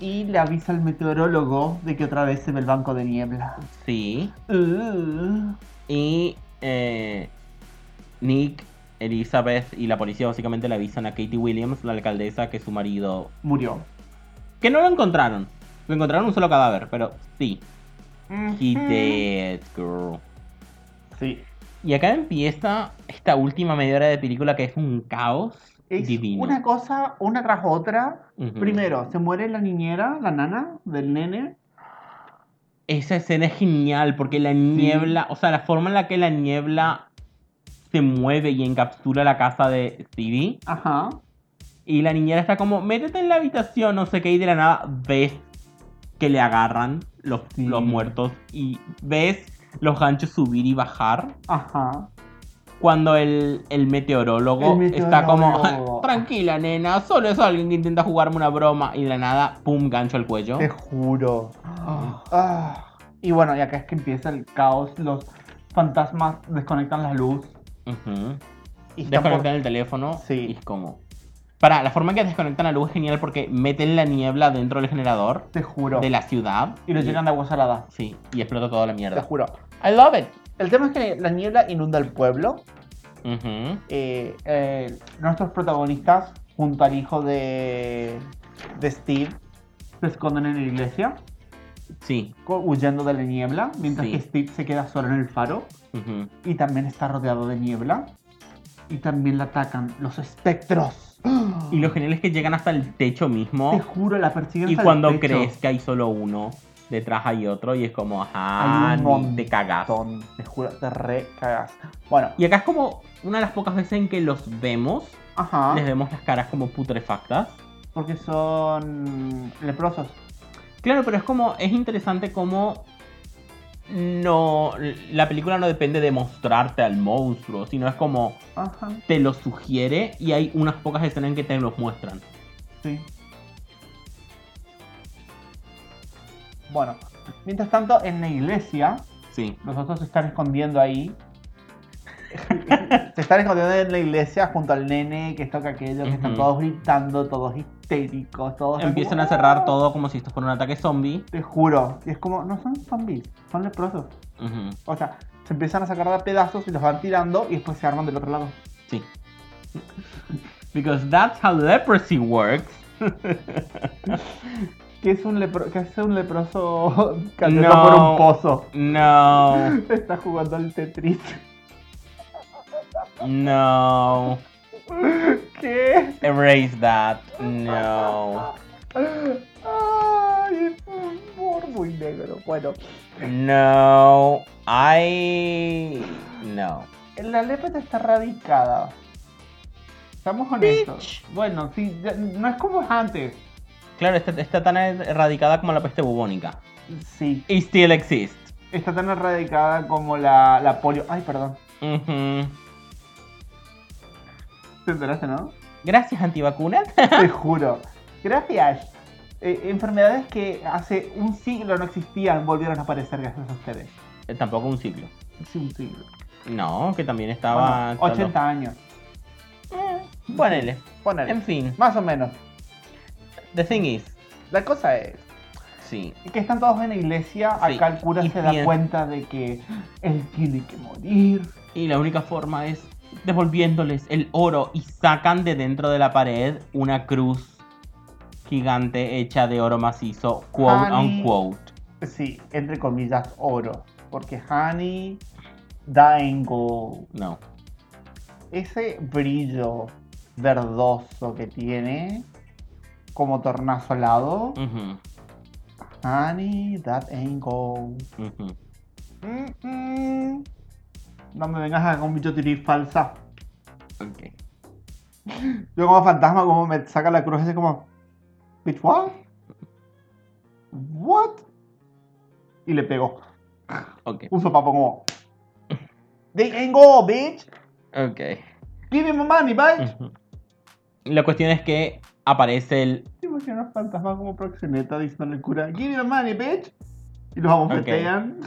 A: y le avisa al meteorólogo de que otra vez se ve el banco de niebla.
B: Sí.
A: Uh,
B: Y eh, Nick, Elizabeth y la policía básicamente le avisan a Katie Williams, la alcaldesa, que su marido...
A: murió.
B: Que no lo encontraron. Lo encontraron un solo cadáver, pero sí. He
A: Ujú.
B: dead, girl.
A: Sí.
B: Y acá empieza esta última media hora de película que es un caos
A: Es
B: divino.
A: una cosa, una tras otra.
B: Ujú.
A: Primero, se muere la niñera, la nana del nene.
B: Esa escena es genial porque la niebla, o sea, la forma en la que la niebla se mueve y encapsula la casa de Stevie.
A: Ajá.
B: Y la niñera está como, métete en la habitación, no sé qué, y de la nada ves que le agarran los,
A: Sí.
B: los muertos y ves los ganchos subir y bajar.
A: Ajá.
B: Cuando el, el meteorólogo,
A: El
B: está como, "Ah,
A: meteorólogo.
B: tranquila nena, solo es alguien que intenta jugarme una broma. Y de la nada, pum, gancho al cuello.
A: Te juro.
B: Ah.
A: Ah. Y bueno, y acá es que empieza el caos. Los fantasmas desconectan la luz.
B: Ujú.
A: Y están por-
B: Desconectan el teléfono
A: Sí.
B: y es como... Para, la forma en que desconectan la luz es genial porque meten la niebla dentro del generador
A: Te juro.
B: de la ciudad.
A: Y lo llenan de agua salada.
B: Sí, y explota toda la
A: Te
B: mierda.
A: juro. I love it. El tema es que la niebla inunda el pueblo.
B: Ujú.
A: eh, eh, nuestros protagonistas, junto al hijo de, de Steve, se esconden en la iglesia,
B: Sí.
A: co- huyendo de la niebla, mientras
B: Sí.
A: que Steve se queda solo en el faro
B: Ujú.
A: y también está rodeado de niebla. Y también le atacan los espectros.
B: <gasps> Y lo genial es que llegan hasta el techo
A: Te
B: mismo.
A: juro, la persiguen
B: Y
A: hasta el
B: cuando
A: techo.
B: crees que hay solo uno, detrás hay otro y es como,
A: Hay
B: ajá,
A: un
B: ni te cagas.
A: montón, Te juro, te re cagas. Bueno,
B: Y acá es como una de las pocas veces en que los vemos.
A: ajá.
B: Les vemos las caras como putrefactas.
A: Porque son leprosos.
B: Claro, pero es como, es interesante como no, la película no depende de mostrarte al monstruo, sino es como
A: Ajá,
B: te lo sugiere y hay unas pocas escenas en que te los muestran.
A: sí. Bueno, mientras tanto, en la iglesia,
B: Sí.
A: los otros se están escondiendo
B: <laughs>
A: ahí. se están escondiendo en la iglesia junto al nene, que esto, que aquello, que están
B: Ujú.
A: todos gritando, todos histéricos, todos. "Oh".
B: Empiezan a cerrar todo como si esto fuera un ataque zombie.
A: Te juro. Y es como, no son zombies, son leprosos.
B: Ujú,
A: O sea, se empiezan a sacar de a pedazos y los van tirando y después se arman del otro lado.
B: Sí. <laughs> Because that's how leprosy works.
A: ¿Qué es un, lepro qué hace un leproso <laughs> cayendo
B: No.
A: por un pozo? <laughs>
B: No,
A: Está jugando al Tetris. <laughs>
B: no.
A: ¿Qué? <gasps>
B: Erase that. No.
A: Ay, es un humor muy negro. Bueno,
B: No. I. No.
A: la lepra está erradicada. Estamos honestos. Bueno, sí, ya- no es como antes.
B: Claro, está, está tan erradicada como la peste bubónica.
A: Sí,
B: Y still exists.
A: está tan erradicada como la, la polio. Ay, perdón.
B: Ujú.
A: ¿Te enteraste, <laughs> no?
B: Gracias, antivacunas.
A: Te juro. Gracias. Eh, enfermedades que hace un siglo no existían volvieron a aparecer gracias a ustedes.
B: Eh, <laughs> Tampoco un siglo.
A: Sí, un siglo.
B: No, que también estaba.
A: Bueno, 80 años.
B: Ponele.
A: Ponele.
B: En fin.
A: Más o menos.
B: The thing is.
A: La cosa es
B: Sí.
A: que están todos en la iglesia.
B: Sí,
A: Acá el cura
B: y
A: se da
B: bien.
A: cuenta de que él tiene que morir.
B: Y la única forma es devolviéndoles el oro y sacan de dentro de la pared una cruz gigante hecha de oro macizo, quote
A: Honey.
B: unquote.
A: Sí, entre comillas, oro. Porque Honey, Dying Gold,
B: No.
A: ese brillo verdoso que tiene, como tornasolado.
B: Ujú,
A: Honey, that ain't gold.
B: ujú.
A: Mm-mm. No me vengas a con bichotirí falsa.
B: Ok.
A: Yo como fantasma, como me saca la cruz así como... Bitch, what? What? Y le pegó.
B: Ok.
A: Un sopapo como... They ain't gold, bitch!
B: Ok.
A: Give me my money, bitch!
B: Ujú. La cuestión es que aparece el.
A: ¿Te imaginas fantasma como proxeneta diciendo al cura... Give me my money, bitch! Y los abofetean.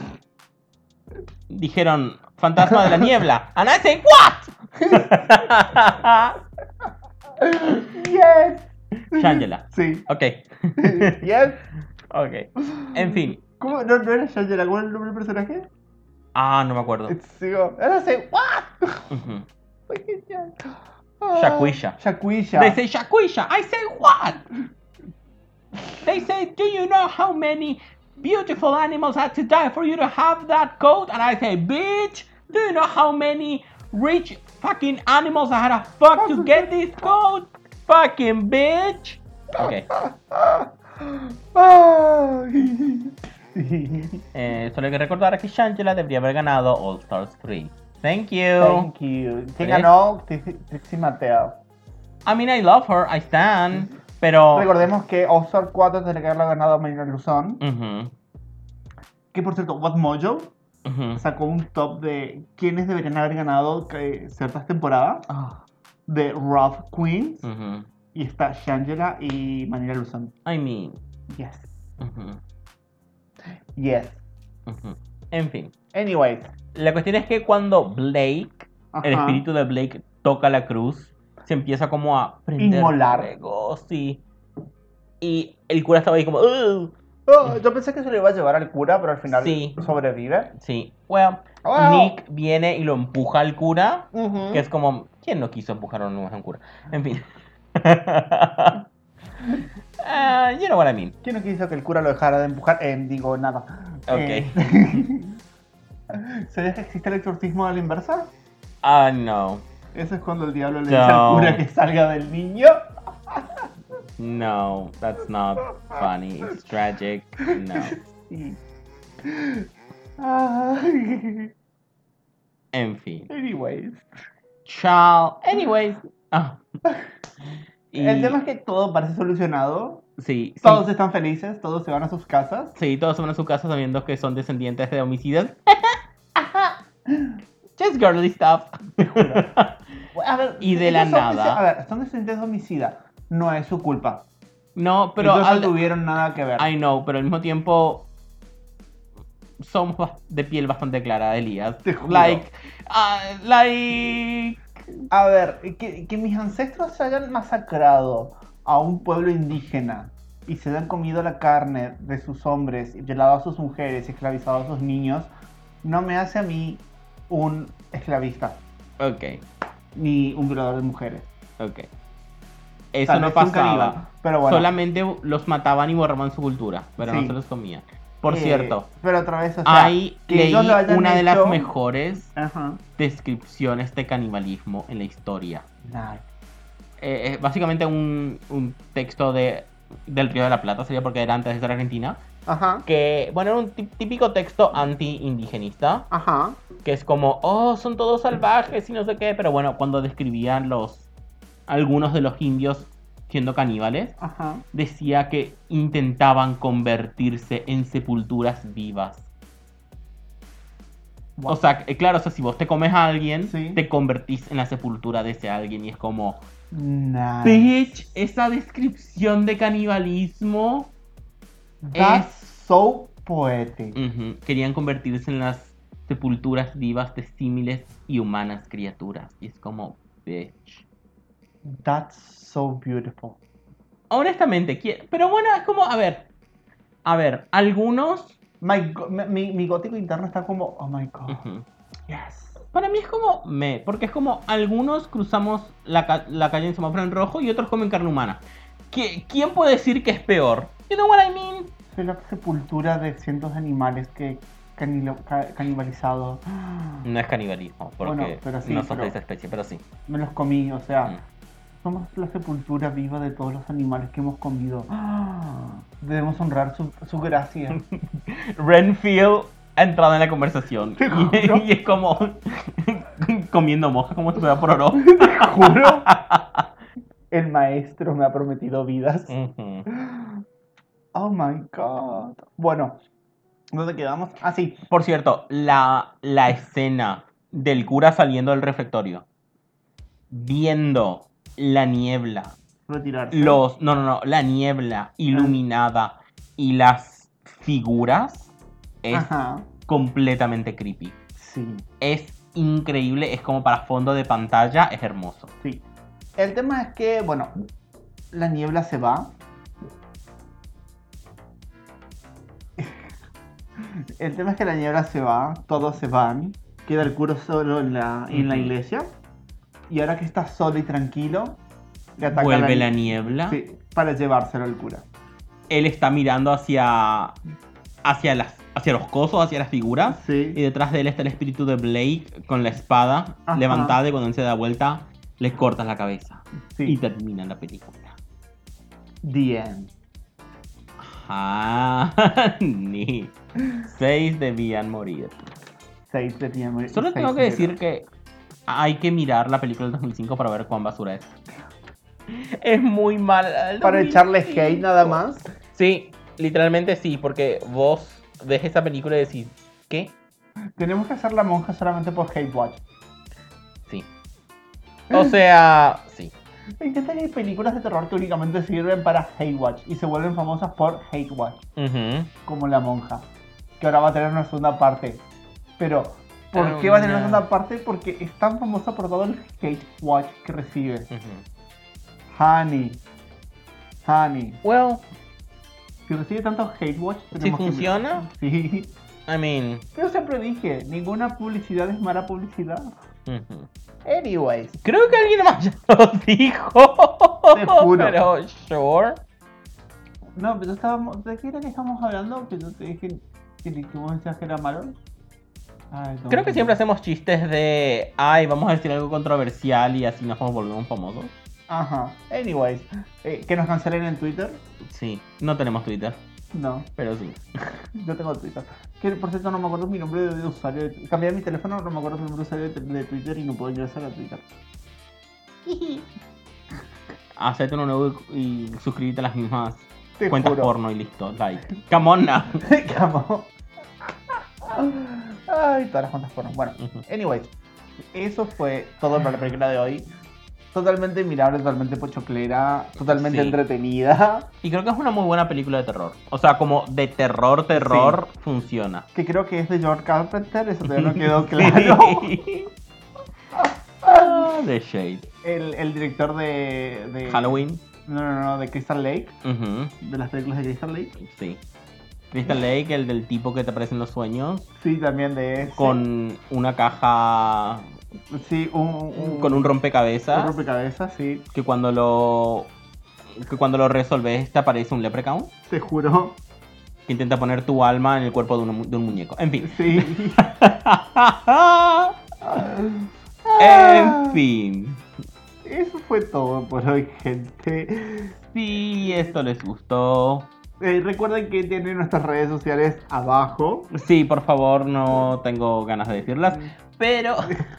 B: Dijeron, fantasma de la niebla. And I say, what?
A: <gasps> Yes!
B: Shangela.
A: Sí. <laughs>
B: Ok. <laughs>
A: Yes.
B: Ok. En fin.
A: ¿Cómo? ¿No, no era Shangela? ¿Cómo era el nombre del personaje?
B: Ah, no me acuerdo.
A: Sigo. Ahora sé. ¡What! <laughs>
B: Ujú.
A: Ah,
B: Shaquilla.
A: Shaquilla.
B: They say shakuisha. I say what? They say, do you know how many beautiful animals had to die for you to have that coat? And I say, bitch, do you know how many rich fucking animals I had to fuck to get this coat? Fucking bitch. Okay.
A: Ah. <laughs> Ay. Sí.
B: Eh, solo hay que recordar que Shangela debería haber ganado All Stars 3. Thank you.
A: Thank you. ¿Quién
B: ¿Eh?
A: ganó? Trixie Trixie Mateo.
B: I mean, I love her. I stand. Pero.
A: Recordemos que Oscar 4 tendría que haberlo ganado Marina Luzón.
B: Ujú,
A: Que por cierto, What Mojo
B: ujú.
A: sacó un top de quienes deberían haber ganado eh, ciertas temporadas
B: Ah,
A: de Rough Queens.
B: ujú.
A: Y está Shangela y Manila Luzón.
B: Mm-hmm. I mean. mm-hmm.
A: Yes.
B: ujú,
A: Yes.
B: ujú. En fin.
A: Anyways.
B: La cuestión es que cuando Blake, el
A: Ajá.
B: espíritu de Blake, toca la cruz, se empieza como a prender
A: Inmolar.
B: fuego, sí. Y el cura estaba ahí como, "Ugh",
A: Oh, yo pensé que se lo iba a llevar al cura, pero al final
B: Sí.
A: sobrevive.
B: Sí. Bueno,
A: Wow.
B: Nick viene y lo empuja al cura,
A: Ujú.
B: que es como, ¿quién no quiso empujar a un a un cura? En fin. <laughs> Ah, you know what I mean.
A: ¿Quién no quiso que el cura lo dejara de empujar? Eh, digo, nada.
B: Ok.
A: Eh, <laughs> ¿Sabías que existe el exorcismo a la inversa?
B: Ah, no.
A: Eso es cuando el diablo le
B: No.
A: dice al cura que salga del niño.
B: No, that's not funny. It's tragic. No.
A: Sí. Ay,
B: En fin.
A: anyways. <laughs>
B: Chao. Anyways. Ah. Y-
A: El tema es que todo parece solucionado.
B: Sí, sí.
A: Todos están felices, todos se van a sus casas.
B: Sí, todos van a su casa sabiendo que son descendientes de homicidas.
A: <laughs>
B: Just girly stuff.
A: A ver,
B: Y de
A: ellos
B: la
A: son-
B: nada.
A: A ver, están descendientes de homicida. No es su culpa.
B: No, pero
A: Pero Ellos
B: al-
A: no tuvieron nada que ver.
B: I know, pero al mismo tiempo somos bas- de piel bastante clara, Elías.
A: Te juro.
B: Like, ah, like,
A: A ver, que, que mis ancestros se hayan masacrado a un pueblo indígena y se hayan comido la carne de sus hombres, y violado a sus mujeres, y esclavizado a sus niños, no me hace a mí un esclavista
B: ok,
A: ni un violador de mujeres.
B: ok.
A: Tal
B: Eso no
A: vez un
B: pasaba.
A: caníbal, pero bueno.
B: Solamente los mataban y borraban su cultura, pero no
A: Sí.
B: se los comían. Por
A: eh,
B: cierto,
A: Pero otra vez, o sea,
B: ahí
A: que
B: leí
A: ellos lo hayan
B: una de las
A: hecho-
B: mejores
A: Ajá.
B: descripciones de canibalismo en la historia.
A: Nah,
B: Eh, eh, básicamente un, un texto de, del Río de la Plata, sería porque era antes de ser Argentina,
A: Ajá.
B: que, bueno, era un tí- típico texto anti-indigenista,
A: Ajá.
B: que es como, oh, son todos salvajes y no sé qué, pero bueno, cuando describían los, algunos de los indios siendo caníbales,
A: Ajá.
B: decía que intentaban convertirse en sepulturas vivas.
A: Wow.
B: O sea, eh, claro, o sea, si vos te comes a alguien,
A: Sí.
B: te convertís en la sepultura de ese alguien y es como,
A: Nah.
B: Bitch, esa descripción de canibalismo.
A: That's so poetic.
B: Ujú, Querían convertirse en las sepulturas vivas de símiles y humanas criaturas. Y es como, bitch.
A: That's so beautiful.
B: Honestamente, qui- pero bueno, es como, a ver. A ver, algunos.
A: My go- mi- mi, mi gótico interno está como, oh my god,
B: ujú,
A: yes.
B: Para mí es como me, porque es como algunos cruzamos la, ca- la calle en semáforo en rojo y otros comen carne humana. ¿Qui- ¿Quién puede decir que es peor? You know what I mean?
A: Soy la sepultura de cientos de animales que canilo- ca- canibalizado.
B: No es canibalismo, porque
A: Bueno, pero sí,
B: no son de
A: pero- Ah.
B: esa especie, pero sí.
A: Me los comí, o sea,
B: Mm.
A: somos la sepultura viva de todos los animales que hemos comido. ¡Ah! Debemos honrar su, su gracia.
B: Renfield ha entrado en la conversación.
A: Te juro.
B: <laughs> Y, y es como <laughs> comiendo moja como si fuera
A: <laughs>
B: pororó.
A: Te juro. El maestro me ha prometido vidas.
B: Ujú.
A: Oh my god. Bueno, ¿dónde quedamos? Ah, sí.
B: Por cierto, la, la escena del cura saliendo del refectorio, viendo la niebla,
A: Retirarse.
B: los, no, no, no, la
A: Ah.
B: niebla iluminada y las figuras es
A: Ajá.
B: completamente creepy.
A: Sí.
B: Es increíble, es como para fondo de pantalla, es hermoso.
A: Sí. El tema es que, bueno, la niebla se va. <laughs> El tema es que la niebla se va, todos se van, queda el cura solo en la, en la
B: Ujú.
A: iglesia. Y ahora que está solo y tranquilo, le ataca
B: Vuelve la,
A: la
B: niebla.
A: Sí, para llevárselo al cura.
B: él está mirando hacia hacia las hacia los cosos, hacia las figuras Ah, y
A: Sí.
B: detrás de él está el espíritu de Blake con la espada
A: Ajá.
B: levantada y cuando él se da vuelta le cortas la cabeza y
A: sí.
B: termina la película.
A: The end.
B: Ajá, Ah, <laughs> ni seis debían morir.
A: Seis de tiempo.
B: Solo tengo que decir que hay que mirar la película del 2005 para ver cuán basura es. <laughs> Es muy mala. el
A: Para echarle hate
B: 2005.
A: nada más.
B: Sí, literalmente sí, porque vos ves esa película y decís, ¿qué?
A: Tenemos que hacer la monja solamente por hate watch.
B: Sí.
A: <laughs>
B: O sea, sí.
A: Me encanta que hay películas de terror que únicamente sirven para Hate Watch y se vuelven famosas por Hate Watch,
B: Ujú.
A: como La Monja, que ahora va a tener una segunda parte. Pero, ¿por
B: Oh,
A: qué va a tener
B: no.
A: una segunda parte? Porque es tan famosa por todo el Hate Watch que recibe.
B: Ujú.
A: Honey. Honey.
B: Well,
D: Si recibe tantos hate watch,
B: Si
D: tenemos que-
B: funciona,
D: Sí.
A: <laughs>
B: I mean.
D: Yo siempre dije, ninguna publicidad es mala publicidad.
B: ujú.
A: Anyways,
B: Creo que alguien más <laughs> ya lo dijo.
D: Te juro.
B: Pero, sure.
D: No, pero estábamos. ¿De qué era que estamos hablando? Que yo te dije que, que vos decías que era malo. Ay, no.
B: Creo que siempre hacemos chistes de. Ay, vamos a decir algo controversial y así nos volvemos famosos.
A: ajá, anyways,
D: Eh, ¿Que nos cancelen en Twitter?
B: Sí, no tenemos Twitter,
D: No,
B: pero sí.
D: yo tengo Twitter. Que por cierto no me acuerdo mi nombre de usuario. de- Cambié mi teléfono, no me acuerdo mi nombre de usuario de, de Twitter y no puedo ingresar a Twitter.
B: Hacete uno nuevo y, y suscríbete a las mismas
A: te
B: cuentas
A: juro.
D: <laughs>
B: porno y listo. Like. Come on now.
A: Camo. Ay, todas las cuentas fueron. Bueno,
B: Ujú.
A: anyways, eso fue todo para la película de hoy. Totalmente mirable, totalmente pochoclera, totalmente
B: Sí.
A: entretenida.
B: Y creo que es una muy buena película de terror. O sea, como de terror, terror, funciona.
A: Que creo que es de George Carpenter, eso
B: <laughs>
A: todavía no quedó claro.
B: Ah, The Shade.
A: El, el director de, de-
B: Halloween.
A: No, no, no, de Crystal Lake,
B: Ujú,
A: de las películas de Crystal Lake.
B: Sí. Crystal Lake, el del tipo que te aparece en los sueños.
A: Sí, también de ese.
B: Con una caja.
A: Sí, un, un-
B: Con un
A: un
B: rompecabezas.
A: rompecabezas, sí,
B: Que cuando lo. Que cuando lo resolves te aparece un leprechaun.
A: te juro.
B: <laughs> Que intenta poner tu alma en el cuerpo de un, mu- de un muñeco.
A: <laughs>
B: En fin.
A: Sí.
B: en fin.
A: Ah, Eso fue todo por hoy, gente.
B: Si esto les gustó.
A: Eh, recuerden que tienen nuestras redes sociales abajo.
B: Sí, por favor, no tengo ganas de decirlas. Pero. <laughs>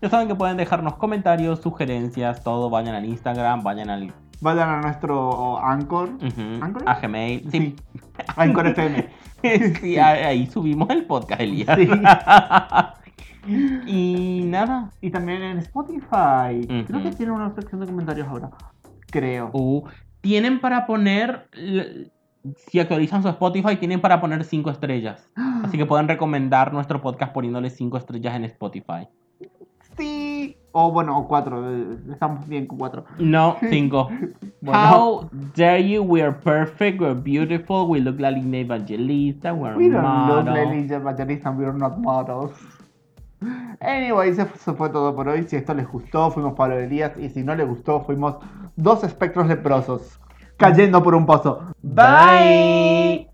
B: Ya saben que pueden dejarnos comentarios, sugerencias, todo. Vayan al Instagram, vayan al.
A: Vayan a nuestro Anchor,
B: ujú,
A: ¿Anchor?
B: a Gmail. Mm, Sí.
A: <laughs> Anchor FM.
B: <laughs> Sí, ahí ahí subimos el podcast, Elías.
A: Sí.
B: <laughs> y nada.
A: Y también en Spotify. Creo que
B: Ujú.
A: tienen una sección de comentarios ahora. Creo.
B: Uh, tienen para poner. l- Si actualizan su Spotify, tienen para poner
A: <gasps>
B: 5 estrellas. Así que pueden recomendar nuestro podcast poniéndole 5 estrellas en Spotify.
A: Sí. O bueno, o cuatro. eh, Estamos bien con cuatro. <laughs>
B: No, 5.
A: Bueno.
B: How dare you? We are perfect, we're beautiful, we look like Lina Evangelista, we're
A: We don't
B: model.
A: love Lady Evangelista, we are not models. Anyways, eso fue todo por hoy. Si esto les gustó, fuimos Pablo Elías. Y si no les gustó, fuimos dos espectros leprosos cayendo por un pozo.
B: Bye.